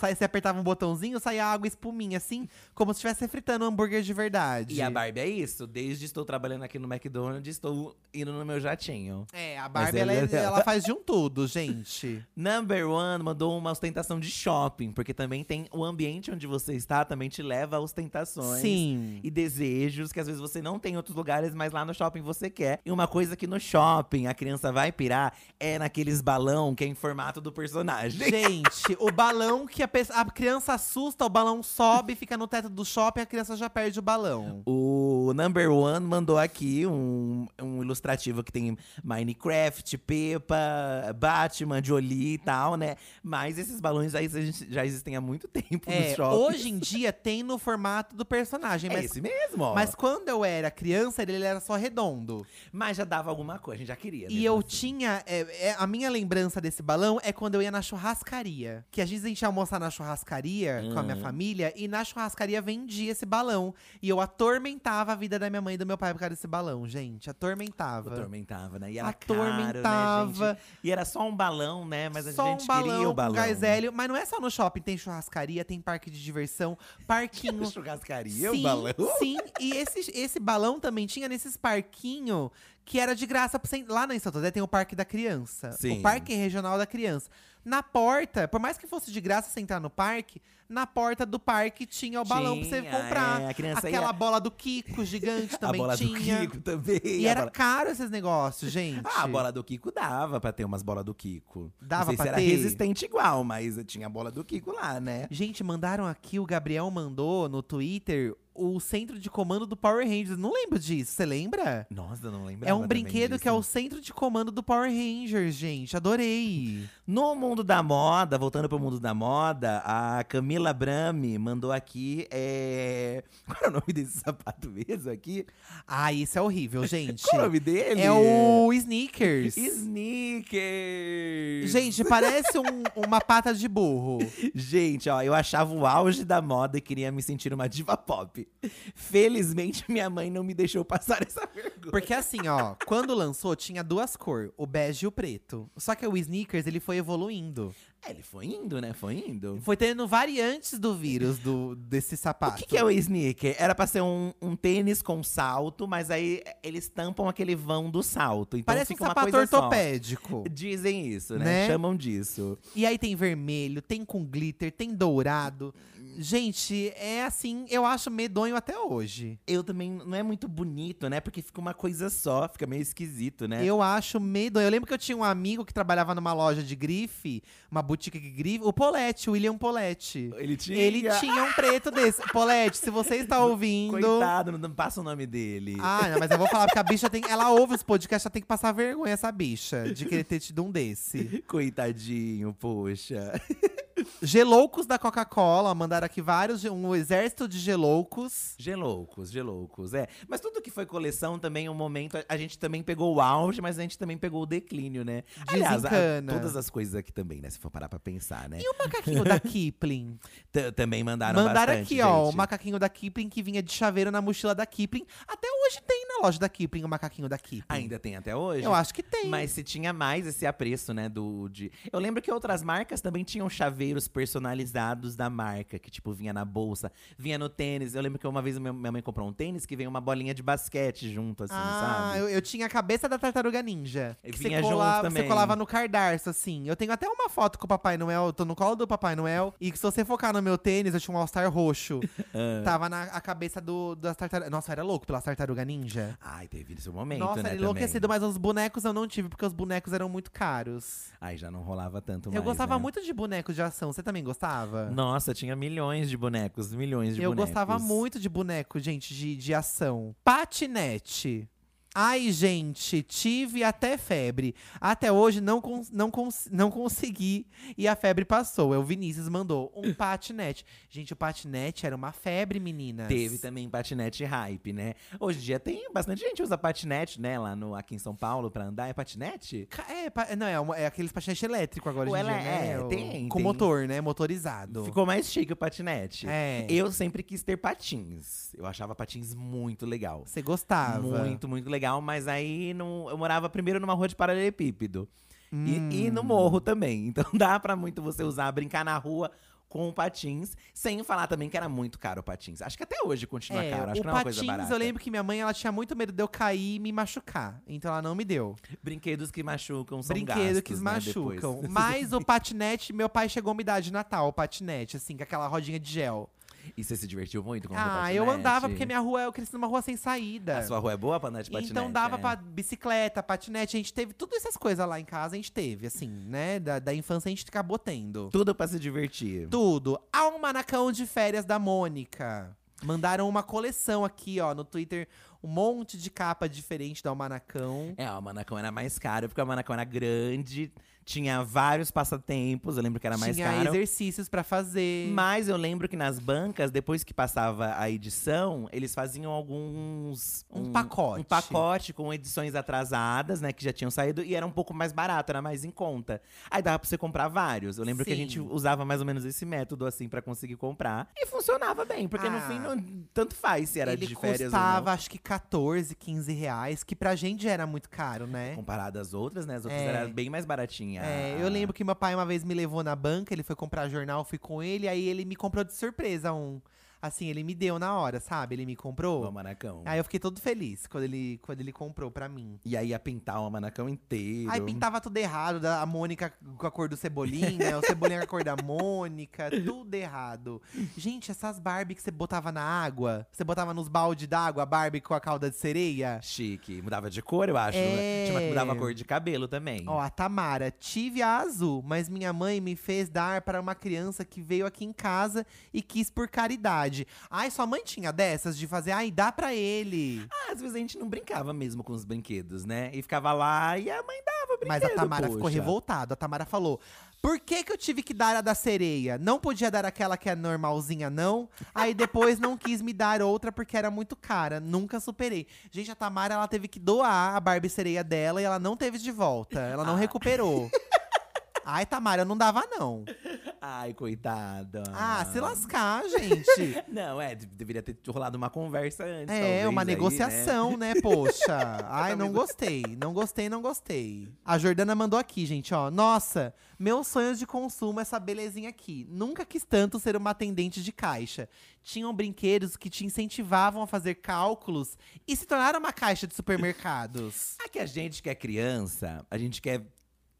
Sai, você apertava um botãozinho, saía água e espuminha, assim, como se estivesse fritando um hambúrguer de verdade. E a Barbie é isso. Desde estou trabalhando aqui no McDonald's, estou indo no meu jatinho. É, a Mas Barbie, ela, ela- ela faz de um tudo, <laughs> gente. Number One mandou uma ostentação de shopping, porque também tem o ambiente onde você está, também te leva a ostentações. Sim. E desejos que às vezes você não tem em outros lugares, mas lá no shopping você quer. E uma coisa que no shopping a criança vai pirar é naqueles balão que é em formato do personagem. Gente, o balão que a, pessoa- a criança assusta, o balão sobe, fica no teto do shopping, a criança já perde o balão. <laughs> O Number One mandou aqui um, um ilustrativo que tem Minecraft, Peppa, Batman, Jolie e tal, né? Mas esses balões já, exis- já existem há muito tempo nos É, shoppings. hoje em dia tem no formato do personagem, É mas, esse mesmo, ó. mas quando eu era criança, ele era só redondo. Mas já dava alguma coisa, a gente já queria. E mesmo eu assim. tinha. é, é, a minha lembrança desse balão é quando eu ia na churrascaria. Que às vezes a gente ia almoçar na churrascaria com a Uhum. minha família, e na churrascaria vendia esse balão. E eu atormentava a vida da minha mãe e do meu pai por causa desse balão, gente. Atormentava. Atormentava, né? E era caro, Atormentava. né, gente? E era só um balão, né? Mas a Só gente um queria balão, o balão. com gás hélio. Mas não é só no shopping, tem churrascaria, tem parque de diversão, <laughs> parquinho. Churrascaria, sim, o balão. Sim, e esse, esse balão também tinha nesses parquinhos que era de graça. pra você- Lá no Santander tem o Parque da Criança. Sim. O Parque Regional da Criança. Na porta, por mais que fosse de graça você entrar no parque, na porta do parque tinha o balão pra você Tinha, comprar. é, a criança ia- Aquela bola do Kiko gigante <laughs> <laughs> A também bola tinha. do Kiko também. E a era bola- caro esses negócios, gente. Ah, a bola do Kiko dava pra ter umas bolas do Kiko. Dava Não sei pra se era ter? resistente igual, mas tinha a bola do Kiko lá, né? Gente, mandaram aqui, o Gabriel mandou no Twitter o centro de comando do Power Rangers. Não lembro disso, você lembra? Nossa, eu não lembro. É um brinquedo que é o centro de comando do Power Rangers, gente. Uhum. Adorei. No mundo da moda, voltando pro mundo da moda, a Camila Brami mandou aqui. É... <laughs> Qual era o nome desse sapato mesmo aqui? Ah, isso é horrível, gente. <laughs> Qual é o nome dele? É o Sneakers. Sneakers! Gente, parece um- uma pata de burro. Gente, ó, eu achava o auge da moda e queria me sentir uma diva pop. Felizmente, minha mãe não me deixou passar <laughs> essa vergonha. Porque assim, ó, quando lançou tinha duas cores, o bege e o preto. Só que o Sneakers, ele foi evoluindo. É, ele foi indo, né? Foi indo. Foi tendo variantes do vírus do, desse O sapato. que, que é o sneaker? Era pra ser um, um tênis com salto, mas aí eles tampam aquele vão do salto. Então Parece um fica uma sapato coisa só. ortopédico. Dizem isso, né? Né? Chamam disso. E aí tem vermelho, tem com glitter, tem dourado. Gente, é assim, eu acho medonho até hoje. Eu também não é muito bonito, né? Porque fica uma coisa só, fica meio esquisito, né? Eu acho medonho. Eu lembro que eu tinha um amigo que trabalhava numa loja de grife, uma boutique de grife, o Polete, o William Polete. Ele tinha. Ele tinha um preto desse. Polete, se você está <laughs> ouvindo. Coitado, não passa o nome dele. Ah, não, mas eu vou falar, porque a bicha tem. Ela ouve os podcasts, ela tem que passar vergonha, essa bicha, de querer ter tido um desse. <laughs> Coitadinho, poxa. Geloucos da Coca-Cola, mandaram aqui vários, um exército de geloucos. Geloucos, geloucos, é. Mas tudo que foi coleção também, um momento, a- a gente também pegou o auge, mas a gente também pegou o declínio, né? Aliás, a- Desencana. todas as coisas aqui também, né? Se for parar pra pensar, né? E o macaquinho da <laughs> Kipling? T- Também mandaram, Mandaram bastante, aqui, ó, o gente. macaquinho da Kipling que vinha de chaveiro na mochila da Kipling. Até hoje tem na loja da Kipling o macaquinho da Kipling. Ainda tem até hoje? Eu acho que tem. Mas se tinha mais esse apreço, né, do… De... Eu lembro que outras marcas também tinham chaveiros personalizados da marca. Que, tipo, vinha na bolsa, vinha no tênis. Eu lembro que uma vez minha minha mãe comprou um tênis que veio uma bolinha de basquete junto, assim, ah, sabe? eu, eu tinha a cabeça da tartaruga ninja. E Que vinha você, junto colava, também. você colava no cardarço, assim. Eu tenho até uma foto com o Papai Noel, eu tô no colo do Papai Noel. E que se você focar no meu tênis, eu tinha um All-Star <laughs> roxo. Ah. Tava na a cabeça do, das tartarugas. Nossa, eu era louco pela tartaruga ninja. Ai, teve esse momento, Nossa, né, era também. enlouquecido, mas os bonecos eu não tive, porque os bonecos eram muito caros. Ai, já não rolava tanto mais, Eu gostava né? muito de bonecos de ação. Você também gostava? Nossa, tinha milhões de bonecos, milhões de Eu bonecos. gostava muito de boneco, gente, de, de ação. Patinete. Ai, gente, tive até febre. Até hoje não, cons- não, cons- não consegui e a febre passou. É o Vinícius mandou <coughs> um patinete. Gente, o patinete era uma febre, meninas. Teve também patinete hype, né? Hoje em dia tem bastante gente que usa patinete, né? Lá no, aqui em São Paulo, pra andar. É patinete? Ca- É, pa- não, é, uma- é aqueles patinetes elétricos agora, Ou hoje em ela dia, né? é, O- tem, Com tem. motor, né? Motorizado. Ficou mais chique o patinete. É. Eu sempre quis ter patins. Eu achava patins muito legal. Você gostava. Muito, muito legal. Mas aí não, eu morava primeiro numa rua de paralelepípedo. E, e Hum. no morro também. <laughs> Então dá pra muito você usar, brincar na rua com o patins. Sem falar também que era muito caro o patins. Acho que até hoje continua É, caro. Acho o que não é uma patins, coisa barata. eu lembro que minha mãe ela tinha muito medo de eu cair e me machucar. Então ela não me deu. Brinquedos que machucam são Brinquedo gastos, que né, <laughs> machucam. depois. Mas o patinete, meu pai chegou a me dar de Natal o patinete, assim, com aquela rodinha de gel. E você se divertiu muito com o ah, eu patinete? andava porque minha rua, eu cresci numa rua sem saída. A sua rua é boa pra andar de patinete? então dava é? pra bicicleta, patinete, a gente teve todas essas coisas lá em casa, a gente teve, assim, né? Da, da infância a gente acabou tendo. Tudo pra se divertir. Tudo. Almanacão de férias da Mônica. Mandaram uma coleção aqui, ó, no Twitter. Um monte de capa diferente do Almanacão. É, o Manacão era mais caro, porque o Manacão era grande, tinha vários passatempos, eu lembro que era mais Tinha caro. exercícios pra fazer. Mas eu lembro que nas bancas, depois que passava a edição, eles faziam alguns. Um pacote. Um pacote com edições atrasadas, né? Que já tinham saído e era um pouco mais barato, era mais em conta. Aí dava pra você comprar vários. Eu lembro que a Sim. gente usava mais ou menos esse método, assim, pra conseguir comprar. E funcionava bem, porque no Ah. fim, não- tanto faz se era ele de férias custava, ou não. acho que 14, 15 reais, que pra gente era muito caro, né? Comparado às outras, né? As outras É. eram bem mais baratinhas. É, eu lembro que meu pai uma vez me levou na banca, ele foi comprar jornal, fui com ele, aí ele me comprou de surpresa um. assim, ele me deu na hora, sabe? Ele me comprou. O manacão. Aí eu fiquei todo feliz quando ele, quando ele comprou pra mim. E aí ia pintar o manacão inteiro. Aí pintava tudo errado, da- a Mônica com a cor do Cebolinha, o Cebolinha com a cor da Mônica, tudo errado. Gente, essas Barbie que você botava na água, você botava nos balde d'água, a Barbie com a cauda de sereia. Chique. Mudava de cor, eu acho. né? É. Tinha uma que mudava a cor de cabelo também. Ó, a Tamara, tive a azul, mas minha mãe me fez dar para uma criança que veio aqui em casa e quis por caridade. Ai, sua mãe tinha dessas de fazer, ai, dá pra ele. Ah, às vezes a gente não brincava mesmo com os brinquedos, né? E ficava lá e a mãe dava brinquedo, Mas a Tamara ficou poxa. revoltada. A Tamara falou: Por que, que eu tive que dar a da sereia? Não podia dar aquela que é normalzinha, não. Aí depois não quis me dar outra porque era muito cara. Nunca superei. Gente, a Tamara ela teve que doar a Barbie sereia dela e ela não teve de volta. Ela não recuperou. Ai, Tamara, eu não dava, não. Ai, coitada. Ah, se lascar, gente. <laughs> Não, é, de- deveria ter rolado uma conversa antes. É, talvez, uma aí, né? negociação, né? <laughs> Poxa. Ai, não gostei. Não gostei, não gostei. A Jordana mandou aqui, gente, ó. Nossa, meus sonhos de consumo, essa belezinha aqui. Nunca quis tanto ser uma atendente de caixa. Tinham brinquedos que te incentivavam a fazer cálculos e se tornaram uma caixa de <laughs> supermercados. Ah, que a gente que é criança, a gente quer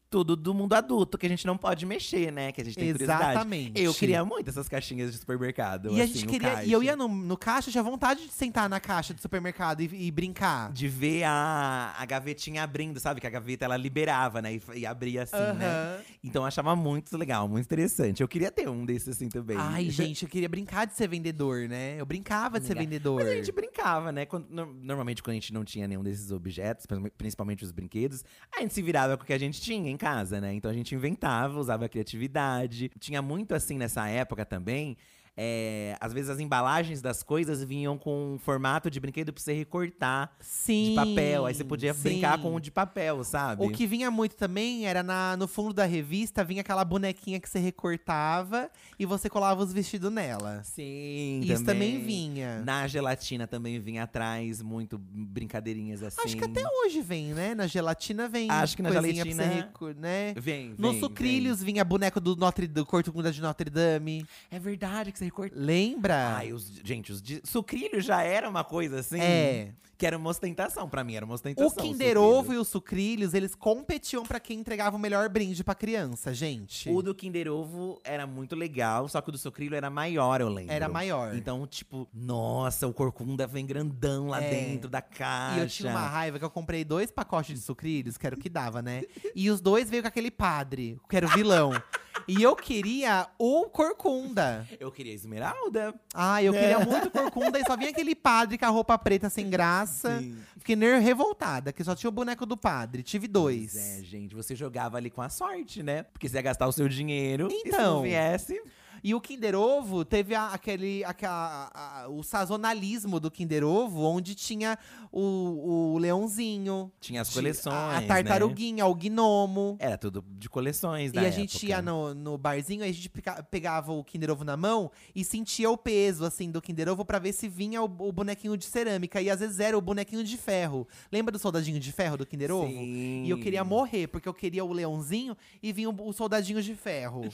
tudo do mundo adulto, que a gente não pode mexer, né? Que a gente tem curiosidade. Exatamente. Eu queria muito essas caixinhas de supermercado. E a assim, gente no queria. caixa. E eu ia no, no caixa, tinha vontade de sentar na caixa de supermercado e, e brincar. De ver a, a gavetinha abrindo, sabe? Que a gaveta ela liberava, né? E, f- e abria assim, né? Aham. Então eu achava muito legal, muito interessante. Eu queria ter um desses assim também. <laughs> Ai, gente, eu queria brincar de ser vendedor, né? Eu brincava de ser Amiga, vendedor. Mas a gente brincava, né? Quando- no- normalmente, quando a gente não tinha nenhum desses objetos, prin- principalmente os brinquedos, a gente se virava com o que a gente tinha em casa, né? Então a gente inventava, usava a criatividade. Tinha muito assim nessa época também. é, às vezes as embalagens das coisas vinham com um formato de brinquedo pra você recortar Sim. de papel. Aí você podia sim. brincar com o de papel, sabe? O que vinha muito também era na, no fundo da revista, vinha aquela bonequinha que você recortava e você colava os vestidos nela. Sim, Isso também vinha. Na gelatina também vinha atrás muito brincadeirinhas assim. Acho que até hoje vem, né? Na gelatina vem. Acho que na coisinha gelatina- Pra você recor- né? Vem, no vem, sucrilhos vinha boneco do, Notre, do Corcunda de Notre Dame. É verdade que você recortava. Lembra? Ai, os, gente, os de, sucrilho já era uma coisa assim. É. Que era uma ostentação. Pra mim, era uma ostentação. o Kinder sucrilho. Ovo e os sucrilhos, eles competiam pra quem entregava o melhor brinde pra criança, gente. O do Kinder Ovo era muito legal, só que o do sucrilho era maior, eu lembro. Era maior. Então, tipo, nossa, o corcunda vem grandão lá É. dentro da caixa. E eu tinha uma raiva que eu comprei dois pacotes de sucrilhos, que era o que dava, né? E os dois veio com aquele padre, que era o vilão. e eu queria o corcunda. Eu queria esmeralda. Ah, eu queria É. muito corcunda e só vinha aquele padre com a roupa preta sem graça. Fiquei ner revoltada, que só tinha o boneco do padre. Tive dois. Pois é, gente, você jogava ali com a sorte, né? Porque você ia gastar o seu dinheiro. E se Então. não viesse, E o Kinder Ovo teve a- aquele. aquela- a- a- o sazonalismo do Kinder Ovo, onde tinha o, o leãozinho, tinha as ti- coleções. a, a né? tartaruguinha, o gnomo. Era tudo de coleções, E da a gente época. ia no, no barzinho, aí a gente pica- pegava o Kinder Ovo na mão e sentia o peso, assim, do Kinder Ovo pra ver se vinha o, o bonequinho de cerâmica. E às vezes era o bonequinho de ferro. Lembra do soldadinho de ferro do Kinder Ovo? E eu queria Sim. morrer, porque eu queria o leãozinho e vinha o, o soldadinho de ferro.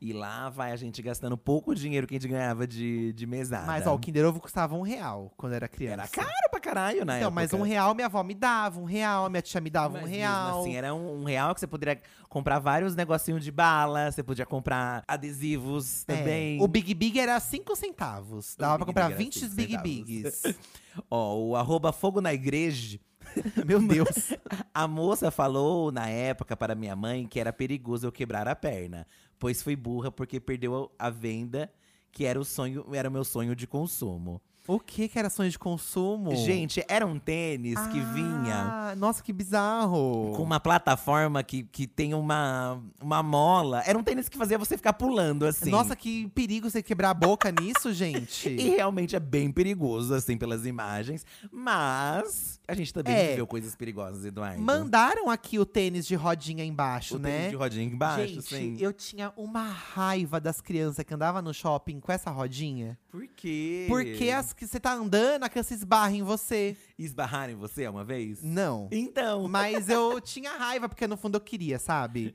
E lá vai a gente gastando pouco dinheiro que a gente ganhava de, de mesada. Mas, ó, o Kinder Ovo custava um real quando era criança. Ah, Era caro pra caralho na Então, época. mas um real minha avó me dava, um real minha tia me dava, Mas um mesmo real. assim, era um, um real que você poderia comprar vários negocinhos de bala, você podia comprar adesivos É, também. O Big Big era 5 centavos. Dava pra Big comprar Big era 20 cinco Big centavos. <laughs> Bigs. Ó, o arroba fogo <laughs> na igreja. Meu Deus. A moça falou na época para minha mãe que era perigoso eu quebrar a perna, pois fui burra porque perdeu a venda, que era o sonho, era o meu sonho de consumo. O que que era sonho de consumo? Gente, era um tênis que vinha Oh. Ah, Nossa, que bizarro. com uma plataforma que, que tem uma, uma mola. Era um tênis que fazia você ficar pulando, assim. Nossa, que perigo você quebrar a boca nisso, <laughs> E gente. realmente é bem perigoso, assim, pelas imagens. Mas a gente também É. viveu coisas perigosas, Eduardo. Mandaram aqui o tênis de rodinha embaixo, o né? tênis de rodinha embaixo, gente, assim. eu tinha uma raiva das crianças que andavam no shopping com essa rodinha. Por quê? Porque as que você tá andando, a criança esbarra em você. Esbarraram em você uma vez? Não. Então. Mas eu tinha raiva, porque no fundo eu queria, sabe?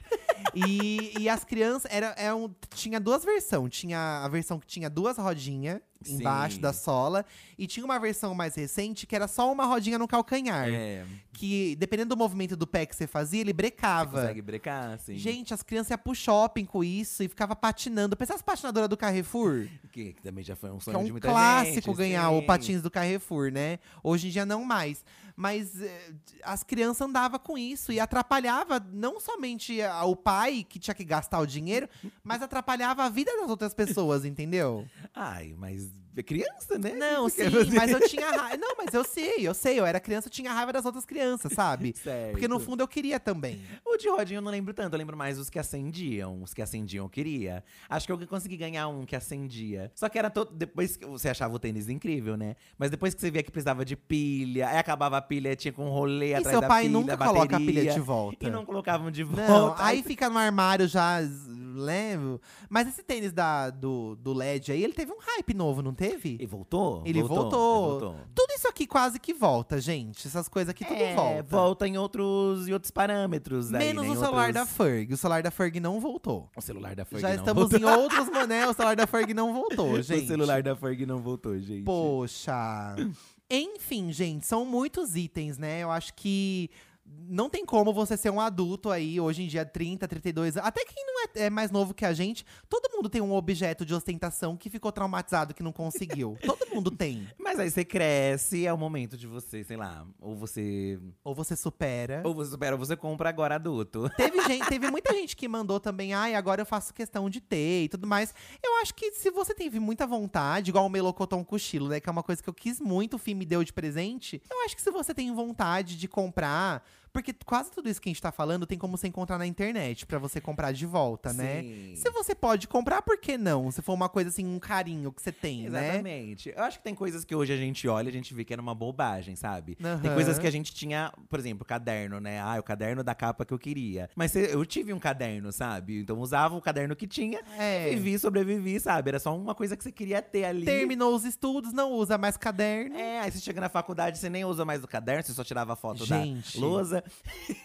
E, e as crianças. Era, é um, tinha duas versões. Tinha a versão que tinha duas rodinhas embaixo Sim. da sola. E tinha uma versão mais recente que era só uma rodinha no calcanhar. É, Que, dependendo do movimento do pé que você fazia, ele brecava. <laughs> consegue brecar, assim. Gente, as crianças iam pro shopping com isso e ficava patinando. Pensa as patinadoras do Carrefour. que, que também já foi um Que é sonho um de muita clássico gente, assim. ganhar o sim. patins do Carrefour, né? Hoje em dia não mais. Mas eh, as crianças andavam com isso e atrapalhava não somente a- o pai, que tinha que gastar o dinheiro, mas atrapalhava a vida das outras pessoas, <laughs> entendeu? Ai, mas é criança, né? Não, <laughs> Que sim, quer fazer? mas eu tinha raiva. Não, mas eu sei, eu sei. Eu era criança, eu tinha raiva das outras crianças, <laughs> sabe? Certo. Porque no fundo eu queria <laughs> também. O de rodinha eu não lembro tanto, eu lembro mais os que acendiam. Os que acendiam eu queria. Acho que eu consegui ganhar um que acendia. Só que era todo. Depois que você achava o tênis incrível, né? Mas depois que você via que precisava de pilha, aí acabava a pilha, tinha com um rolê E atrás seu da pai pilha, nunca bateria, coloca a pilha de volta. E não colocavam de volta. Não, aí fica no armário já, levo. Mas esse tênis da, do, do LED aí, ele teve um hype novo, não E teve? voltou? Ele voltou. ele voltou. Tudo isso aqui quase que volta, gente. Essas coisas aqui tudo É, volta. volta em outros, em outros parâmetros. aí, Menos né, em o celular da outros- Ferg. O celular da Ferg não voltou. O celular da Ferg já não estamos voltou. em outros mané, o celular da Ferg não voltou, gente. <laughs> O celular da Ferg não voltou, gente. Poxa. Enfim, gente, são muitos itens, né? Eu acho que não tem como você ser um adulto aí, hoje em dia, 30, 32, até quem não é, é mais novo que a gente, todo mundo tem um objeto de ostentação que ficou traumatizado, que não conseguiu. todo mundo tem. Mas aí você cresce, é o momento de você, sei lá, ou você. Ou você supera. Ou você supera, ou você compra agora adulto. Teve, gente, teve muita gente que mandou também, ai, agora eu faço questão de ter e tudo mais. Eu acho que se você teve muita vontade, igual o melocotão cochilo, né? Que é uma coisa que eu quis muito, o filme me deu de presente. Eu acho que se você tem vontade de comprar, porque quase tudo isso que a gente tá falando tem como você encontrar na internet pra você comprar de volta, né? Sim. Se você pode comprar, por que não? Se for uma coisa assim, um carinho que você tem, né? <laughs> Exatamente. Eu acho que tem coisas que hoje a gente olha e a gente vê que era uma bobagem, sabe? Tem Aham. coisas que a gente tinha, por exemplo, caderno, né? Ah, o caderno da capa que eu queria. Mas cê- eu tive um caderno, sabe? Então usava o caderno que tinha, É. vivi, sobrevivi, sabe? Era só uma coisa que você queria ter ali. Terminou os estudos, não usa mais caderno. É, aí você chega na faculdade, você nem usa mais o caderno, você só tirava a foto Gente. da lousa. <laughs>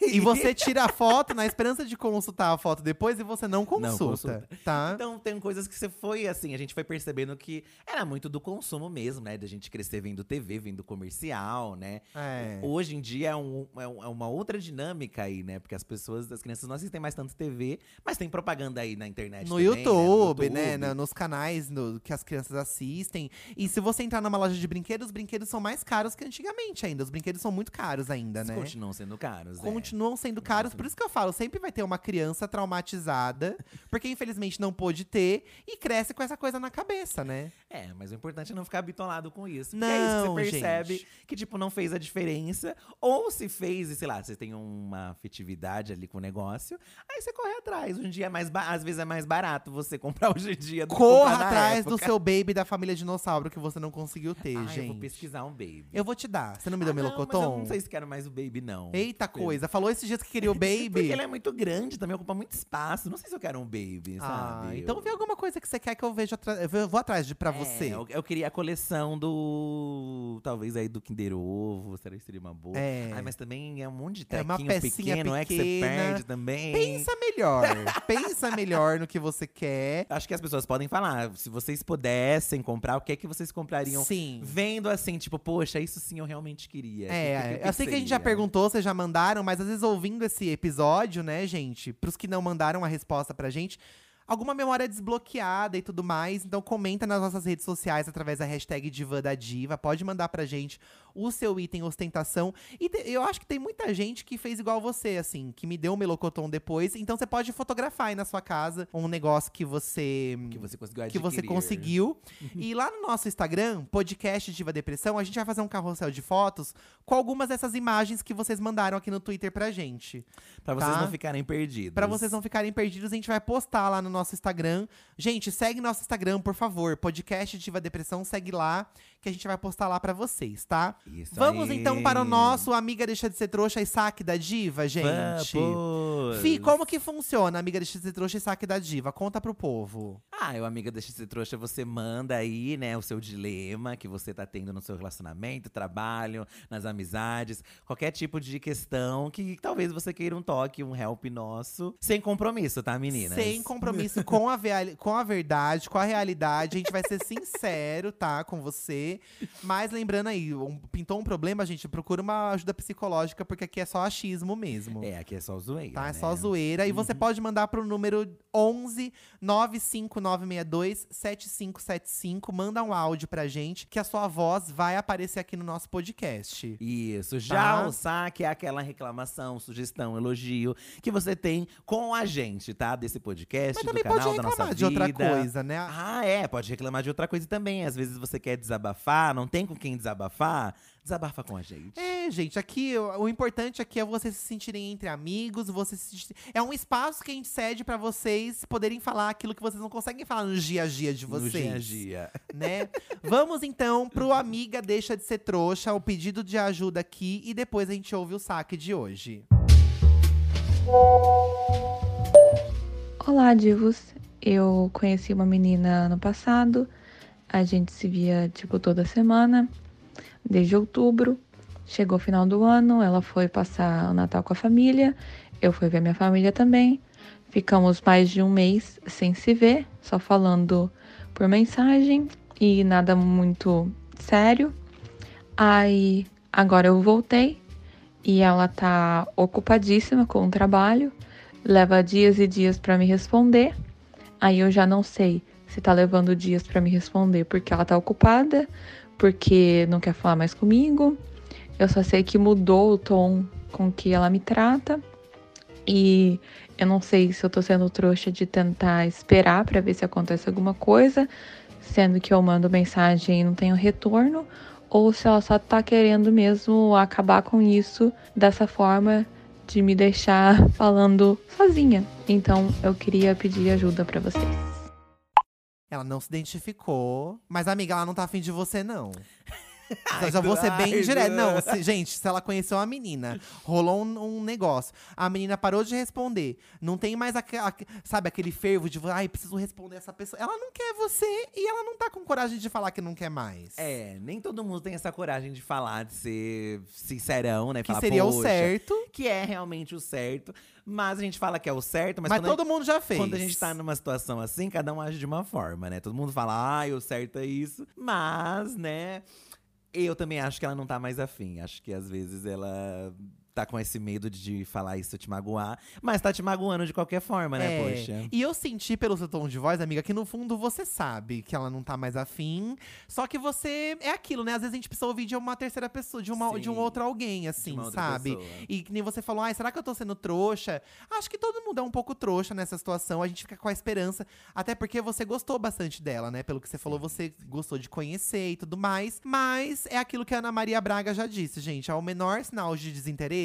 E você tira a foto na esperança de consultar a foto depois e você não consulta, consulta. tá? Então tem coisas que você foi assim, a gente foi percebendo que era muito do consumo mesmo, né? Da gente crescer vendo TV, vendo comercial, né? É. Hoje em dia é, um- é um- é uma outra dinâmica aí, né? Porque as pessoas, as crianças não assistem mais tanto TV, mas tem propaganda aí na internet. no, também, né? YouTube, né? YouTube. Na- Nos canais no- que as crianças assistem. E se você entrar numa loja de brinquedos, os brinquedos são mais caros que antigamente ainda. Os brinquedos são muito caros ainda, Eles né? Continuam sendo caros. né? Continuam sendo caros, por isso que eu falo, sempre vai ter uma criança traumatizada, porque infelizmente não pôde ter, e cresce com essa coisa na cabeça, né? É, mas o importante é não ficar bitolado com isso. Porque é isso que Não, você percebe gente. que, tipo, não fez a diferença. Ou se fez, e sei lá, você tem uma afetividade ali com o negócio, aí você corre atrás. Hoje em dia é mais ba- às vezes é mais barato você <laughs> comprar hoje em dia do que comprar Corra na atrás do época. seu baby da família dinossauro que você não conseguiu ter, <laughs> Ai, gente. Eu vou pesquisar um baby. Eu vou te dar. Você não me deu Ah, melocotom? Não, mas eu não sei se quero mais o baby, não. Eita Porque- coisa, falou esses dias que queria o <laughs> Porque baby. ele é muito grande, também ocupa muito espaço. Não sei se eu quero um baby, ah, sabe? então Eu- vê alguma coisa que você quer que eu veja atra- eu vou atrás de pra É, você. Eu, eu queria a coleção do. Talvez aí do Kinder Ovo, será que seria uma boa? É. Ai, mas também é um monte de É uma tequinho pecinha pequeno, é que você pequena. perde também. Pensa melhor. pensa melhor no que você quer. Acho que as pessoas podem falar, se vocês pudessem comprar, o que é que vocês comprariam? Sim. Vendo assim, tipo, poxa, isso sim eu né? realmente queria. O que- o É, que- o eu sei que a gente já seria? perguntou, vocês já mandaram, mas às vezes ouvindo esse episódio, né, gente, pros que não mandaram a resposta pra gente, alguma memória desbloqueada e tudo mais, então comenta nas nossas redes sociais através da hashtag Diva da Diva, pode mandar pra gente o seu item ostentação. E te- eu acho que tem muita gente que fez igual você, assim, que me deu o melocotom depois, então você pode fotografar aí na sua casa um negócio que você Que você conseguiu que você adquirir. conseguiu. Uhum. e lá no nosso Instagram, podcast Diva Depressão, a gente vai fazer um carrossel de fotos com algumas dessas imagens que vocês mandaram aqui no Twitter pra gente. Pra vocês tá? não ficarem perdidos. Pra vocês não ficarem perdidos, a gente vai postar lá no nosso Instagram. Gente, segue nosso Instagram, por favor. Podcast Diva Depressão, segue lá, que a gente vai postar lá pra vocês, tá? Isso Vamos aí. então para o nosso Amiga Deixa de Ser Trouxa e Saque da Diva, gente. Vamos! Fih, como que funciona Amiga Deixa de Ser Trouxa e Saque da Diva? Conta pro povo. Ah, eu, amiga, deixa de ser trouxa. Você manda aí, né, o seu dilema que você tá tendo no seu relacionamento, trabalho, nas amizades, qualquer tipo de questão que talvez você queira um toque, um help nosso. Sem compromisso, tá, meninas? Sem compromisso com a, vea- com a verdade, com a realidade. A gente vai ser sincero, tá? Com você. Mas lembrando aí, um- pintou um problema, gente, procura uma ajuda psicológica, porque aqui é só achismo mesmo. É, aqui é só zoeira. Tá? É né? Uhum. só zoeira. E você pode mandar pro número 11 95962 7575. Manda um áudio pra gente, que a sua voz vai aparecer aqui no nosso podcast. Isso, já Tá? o saque é aquela reclamação, sugestão, elogio que você tem com a gente, tá? Desse podcast, Mas do também canal, pode da nossa reclamar vida. de outra coisa, né? Ah, é, pode reclamar de outra coisa também. Às vezes você quer desabafar, não tem com quem desabafar, desabafa com a gente. É, gente, aqui o o importante aqui é vocês se sentirem entre amigos, vocês se- é um espaço que a gente cede pra vocês poderem falar aquilo que vocês não conseguem falar no dia a dia de No vocês, dia a dia. <laughs> né? Vamos então pro amiga deixa de ser trouxa, o pedido de ajuda aqui e depois a gente ouve o saque de hoje. Olá, divos. Eu conheci uma menina ano passado. A gente se via tipo toda semana, desde outubro. Chegou o final do ano, ela foi passar o Natal com a família, eu fui ver minha família também. Ficamos mais de um mês sem se ver, só falando por mensagem e nada muito sério. Aí agora eu voltei e ela tá ocupadíssima com o trabalho leva dias e dias pra me responder. Aí eu já não sei se tá levando dias pra me responder porque ela tá ocupada, porque não quer falar mais comigo. Eu só sei que mudou o tom com que ela me trata. E eu não sei se eu tô sendo trouxa de tentar esperar pra ver se acontece alguma coisa, sendo que eu mando mensagem e não tenho retorno, ou se ela só tá querendo mesmo acabar com isso dessa forma de me deixar <laughs> falando sozinha. Então eu queria pedir ajuda pra vocês. Ela não se identificou, mas amiga, ela não tá afim de você <laughs> não. Já, Ai, já vou Du- ser bem ai, direto. Du- Não, se- gente, se ela conheceu uma menina, rolou um, um negócio, a menina parou de responder, não tem mais, aque- aque- sabe, aquele fervo de, ai, preciso responder essa pessoa. Ela não quer você e ela não tá com coragem de falar que não quer mais. É, nem todo mundo tem essa coragem de falar, de ser sincerão, né? Que falar, seria o "Poxa", certo, Que é realmente o certo. Mas a gente fala que é o certo, mas, mas, quando a todo mundo já fez. Quando a gente tá numa situação assim, cada um age de uma forma, né? Todo mundo fala, ah, eu certo é isso. Mas, né, eu também acho que ela não tá mais afim. Acho que às vezes ela tá com esse medo de falar isso te magoar. Mas tá te magoando de qualquer forma, né, É, poxa? E eu senti pelo seu tom de voz, amiga, que no fundo você sabe que ela não tá mais afim. Só que você. É aquilo, né? Às vezes a gente precisa ouvir de uma terceira pessoa, de, uma, de um Sim. outro alguém, De assim, uma outra sabe? pessoa. E que nem você falou, ai, será que eu tô sendo trouxa? Acho que todo mundo é um pouco trouxa nessa situação. A gente fica com a esperança. Até porque você gostou bastante dela, né? Pelo que você falou, você gostou de conhecer e tudo mais. Mas é aquilo que a Ana Maria Braga já disse, gente. Ao menor sinal de <laughs> desinteresse,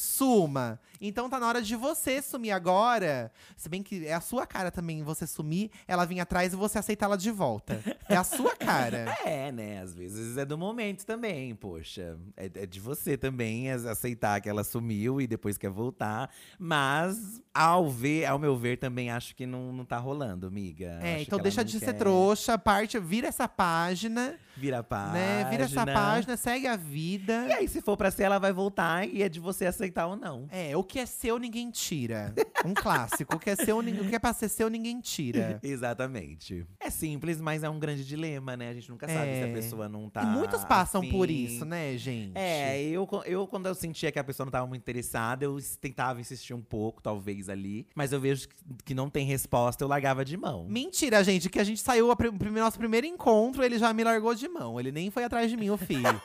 suma. Então tá na hora de você sumir agora. Se bem que é a sua cara também você sumir, ela vir atrás e você aceitar ela de volta. É a sua cara. <laughs> É, né? Às vezes é do momento também, poxa. É, é de você também as- aceitar que ela sumiu e depois quer voltar. Mas, ao ver, ao meu ver, também acho que não, não tá rolando, amiga. É, Acho então que ela deixa não de ser quer. trouxa, parte, vira essa página. Vira a página. né? Vira essa página, segue a vida. Ah, E aí, se for pra ser, ela vai voltar e é de você aceitar ou não. É, o que é seu, ninguém tira. Um clássico. O que é seu, nin- o que é pra ser seu, ninguém <laughs> tira. Exatamente. É simples, mas é um grande dilema, né? A gente nunca sabe se É. a pessoa não tá. e muitos passam por afim. isso, né, gente? Tá, É, eu, co- eu quando eu sentia que a pessoa não tava muito interessada, eu s- tentava insistir um pouco, talvez, ali. Mas eu vejo que- que não tem resposta, eu largava de mão. Mentira, gente, que a gente saiu, o nosso primeiro encontro, ele já me largou de mão. Ele nem foi atrás de mim, o filho.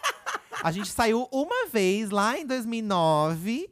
A gente saiu uma vez lá em 2009,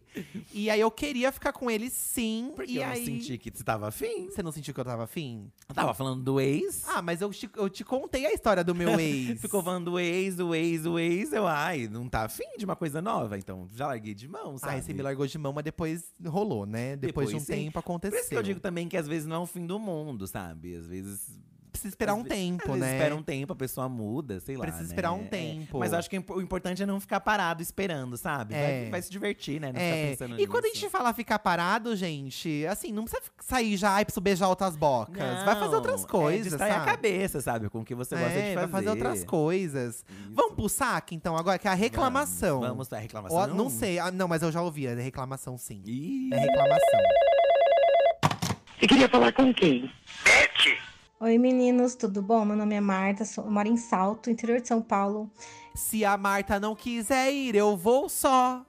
e aí eu queria ficar com ele sim. Porque e eu aí. não senti que você tava afim. Você não sentiu que eu tava afim? Eu tava falando do ex. Ah, mas eu te, eu te contei a história do <laughs> meu ex. Ficou falando do ex, do ex, do ex. Eu, ai, não tá afim de uma coisa nova. Então, já larguei de mão, sabe? Aí você me largou de mão, mas depois rolou, né? Depois, de um Depois, sim. tá, tempo aconteceu. Por isso que eu digo também que às vezes não é o fim do mundo, sabe? Às vezes precisa esperar Às um ve- tempo, Às vezes né? espera um tempo, a pessoa muda, sei lá. Precisa né? esperar um É. tempo. Mas acho que o impo- o importante é não ficar parado esperando, sabe? Vai- É. Vai, se divertir, né? Não É. ficar pensando E quando a nisso. gente fala ficar parado, gente, assim, não precisa sair já, ai, preciso beijar outras bocas. vai fazer outras Não, É coisas, distrair sabe? a cabeça, sabe? Com o que você gosta É, de fazer. vai fazer outras coisas. Isso. Vamos pro saque, então, agora, que é a reclamação. Vamos, vamos a reclamação. Ou- não sei, ah, não, mas eu já ouvi, é reclamação sim. Ih, É reclamação. Você queria falar com quem? Oi meninos, tudo bom? Meu nome é Marta, sou- eu moro em Salto, interior de São Paulo. Se a Marta não quiser ir, eu vou só.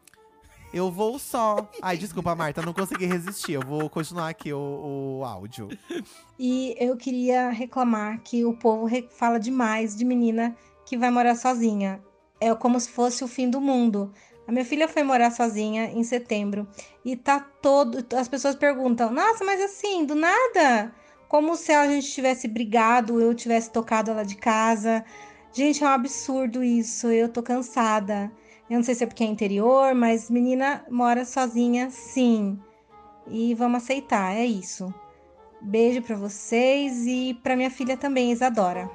Eu vou só. Ai, desculpa, Marta, não consegui resistir. Eu vou continuar aqui o, o áudio. E eu queria reclamar que o povo re- fala demais de menina que vai morar sozinha. É como se fosse o fim do mundo. A minha filha foi morar sozinha em setembro e tá todo. As pessoas perguntam: Nossa, mas assim, do nada? Como se a gente tivesse brigado, eu tivesse tocado ela de casa. Gente, é um absurdo isso. Eu tô cansada. Eu não sei se é porque é interior, mas menina mora sozinha, sim. E vamos aceitar, é isso. Beijo pra vocês e pra minha filha também, Isadora.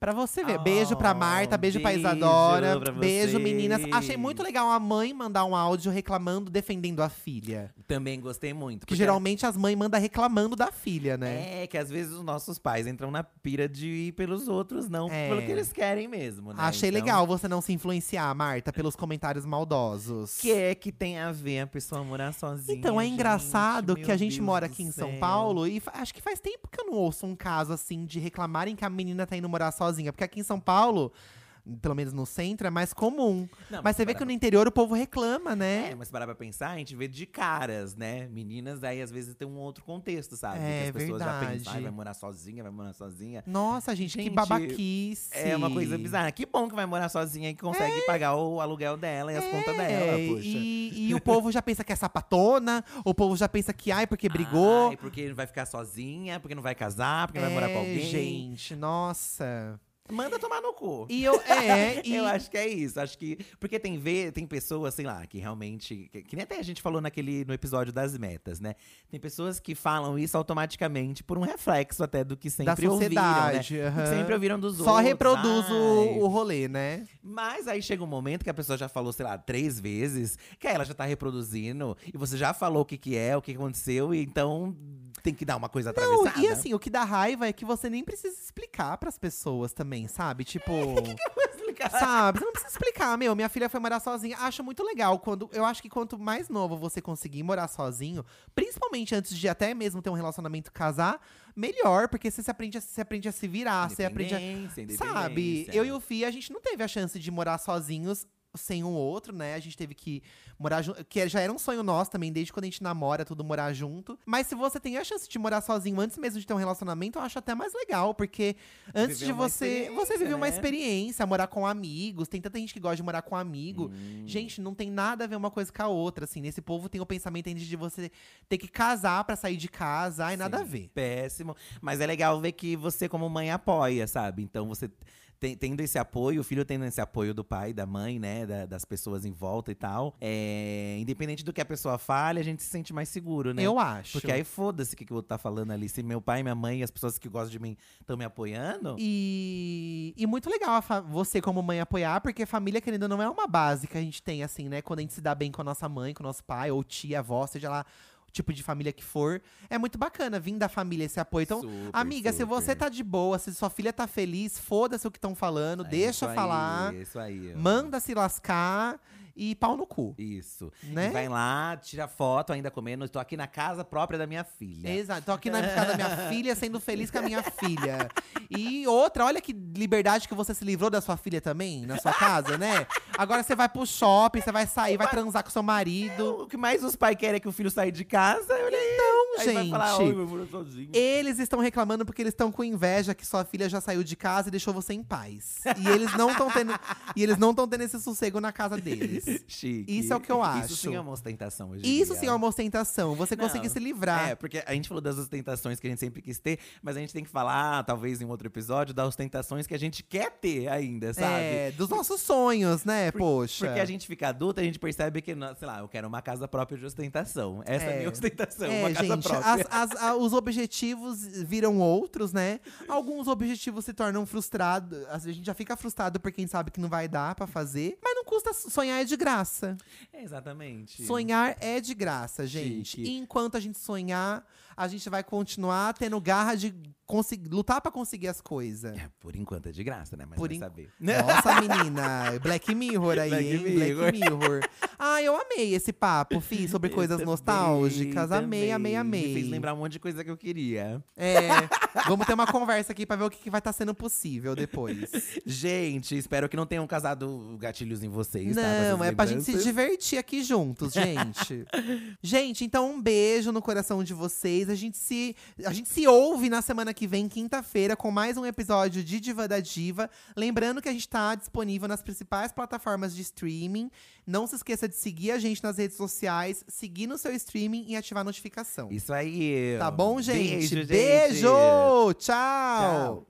Pra você ver. Oh, beijo pra Marta, beijo, pra beijo Isadora. pra beijo, vocês. meninas. Achei muito legal a mãe mandar um áudio reclamando, defendendo a filha. também gostei muito. Que porque geralmente as mães mandam reclamando da filha, né? É, que às vezes os nossos pais entram na pira de ir pelos outros, não É. pelo que eles querem mesmo, né? Achei Então, legal você não se influenciar, Marta, pelos comentários maldosos. O que é que tem a ver a pessoa morar sozinha? Então, é gente? engraçado que Meu a gente Deus mora do aqui em São céu. Paulo e fa- acho que faz tempo que eu não ouço um caso assim de reclamarem que a menina tá indo morar sozinha. Porque aqui em São Paulo, pelo menos no centro, é mais comum. Não, mas você vê parar que pra- no interior o povo reclama, né? É, mas parar pra pensar, a gente vê de caras, né? Meninas aí às vezes tem um outro contexto, sabe? É, que as pessoas já pensam, verdade. "Ai, vai morar sozinha, vai morar sozinha. Nossa, gente, que Gente, babaquice. É uma coisa bizarra. Que bom que vai morar sozinha e consegue pagar o aluguel dela e né? as contas dela, É, poxa. E, e o povo já pensa que é sapatona, o povo já pensa que, ai, porque brigou. Ai, porque vai ficar sozinha, porque não vai casar, porque não vai morar com É, alguém. Gente, nossa. Manda tomar no cu. E eu, <laughs> é, e Eu acho que é isso. Acho que. Porque tem ver, tem pessoas, sei lá, que realmente. Que, que nem até a gente falou naquele, no episódio das metas, né? Tem pessoas que falam isso automaticamente por um reflexo até do que da sempre ouviram, né? sociedade. Do que aham. sempre ouviram dos Só outros. reproduz Ai. o, o rolê, né? Mas aí chega um momento que a pessoa já falou, sei lá, três vezes, que aí ela já tá reproduzindo, e você já falou o que, que é, o que aconteceu, e então tem que dar uma coisa Não, atravessada. e <laughs> assim, o que dá raiva é que você nem precisa explicar pras pessoas também, sabe? Tipo. <laughs> Sabe? Você não precisa explicar, meu. Minha filha foi morar sozinha. Acho muito legal quando. Eu acho que quanto mais novo você conseguir morar sozinho, principalmente antes de até mesmo ter um relacionamento casar, melhor, porque você se aprende a, você aprende a se virar, Ah, você aprende a. Independência, Sabe? independência. Eu e o Fih, a gente não teve a chance de morar sozinhos sem um outro, né? A gente teve que morar junto. Que já era um sonho nosso também, desde quando a gente namora, tudo morar junto. Mas se você tem a chance de morar sozinho antes mesmo de ter um relacionamento, eu acho até mais legal, porque antes de Viver uma você. Você vive experiência, uma né? experiência, morar com amigos. Tem tanta gente que gosta de morar com amigo. Hum. Gente, não tem nada a ver uma coisa com a outra, assim. Nesse povo tem o pensamento ainda de você ter que casar pra sair de casa. Ai, nada a Sim, ver. Péssimo. Mas é legal ver que você, como mãe, apoia, sabe? Então você. ten- Tendo esse apoio, o filho tendo esse apoio do pai, da mãe, né? da- das pessoas em volta e tal. É, independente do que a pessoa fale, a gente se sente mais seguro, né? Eu acho. Porque aí foda-se o que, que o outro tá falando ali. Se meu pai, minha mãe, as pessoas que gostam de mim estão me apoiando. E, e muito legal a fa- você, como mãe, apoiar, porque família, querendo ou não, é uma base que a gente tem, assim, né? Quando a gente se dá bem com a nossa mãe, com o nosso pai, ou tia, avó, seja lá o tipo de família que for. É muito bacana vir da família esse apoio. Então, Super, amiga, se você super. tá de boa, se sua filha tá feliz, foda-se o que estão falando, É deixa isso aí, falar, é isso aí. ó. manda se lascar e pau no cu, Isso. né? E Vai lá, tira foto ainda comendo. Estou aqui na casa própria da minha filha. Exato. Tô aqui <laughs> na casa da minha filha, sendo feliz com a minha filha. E outra, olha que liberdade que você se livrou da sua filha também, na sua casa, né? Agora você vai pro shopping, você vai sair, vai transar com seu marido. O que mais os pais querem é que o filho saia de casa. Olha aí. Então, aí Vai falar, gente. Oi, meu amor, sozinho. Eles estão reclamando porque eles estão com inveja que sua filha já saiu de casa e deixou você em paz. E eles não estão tendo, e eles não estão tendo esse sossego na casa deles. <laughs> Chique. Isso é o que eu acho. Isso sim é uma ostentação. hoje em Isso dia. sim é uma ostentação, você Não. conseguir se livrar. É, porque a gente falou das ostentações que a gente sempre quis ter, mas a gente tem que falar, talvez em um outro episódio, das ostentações que a gente quer ter ainda, sabe? É, dos nossos sonhos, né, Por- poxa. Porque a gente fica adulta, a gente percebe que, não- sei lá, eu quero uma casa própria de ostentação. Essa é, a É. minha ostentação, É, Então, uma casa gente, Gente, própria. as- as- a- os objetivos viram outros, né? Alguns objetivos se tornam frustrados. A gente já fica frustrado por quem sabe que não vai dar pra fazer. Mas não custa sonhar é de graça. É, exatamente. Sonhar é de graça, gente. Chique. E enquanto a gente sonhar, a gente vai continuar tendo garra de conseguir, lutar pra conseguir as <laughs> coisas. É, por enquanto é de graça, né? Mas Por vai en- saber. Nossa, menina. Black Mirror aí, Black hein? Black Mirror. Mirror. Ah, eu amei esse papo, fi, sobre coisas Eu também, nostálgicas. Amei, amei, também. amei. Me fez lembrar um monte de coisa que eu queria. É, vamos ter uma conversa aqui pra ver o que, que vai estar sendo possível <laughs> depois. Gente, espero que não tenham casado gatilhos em vocês, tá? Com essas Não, é pra gente se lembranças. divertir aqui juntos, <laughs> gente. gente, então um beijo no coração de vocês. A gente se a gente se ouve na semana que vem, quinta-feira, com mais um episódio de Diva da Diva. Lembrando que a gente tá disponível nas principais plataformas de streaming. Não se esqueça de seguir a gente nas redes sociais, seguir no seu streaming e ativar a notificação. Isso aí. Tá bom, gente? Beijo! gente. Beijo! Tchau. Tchau.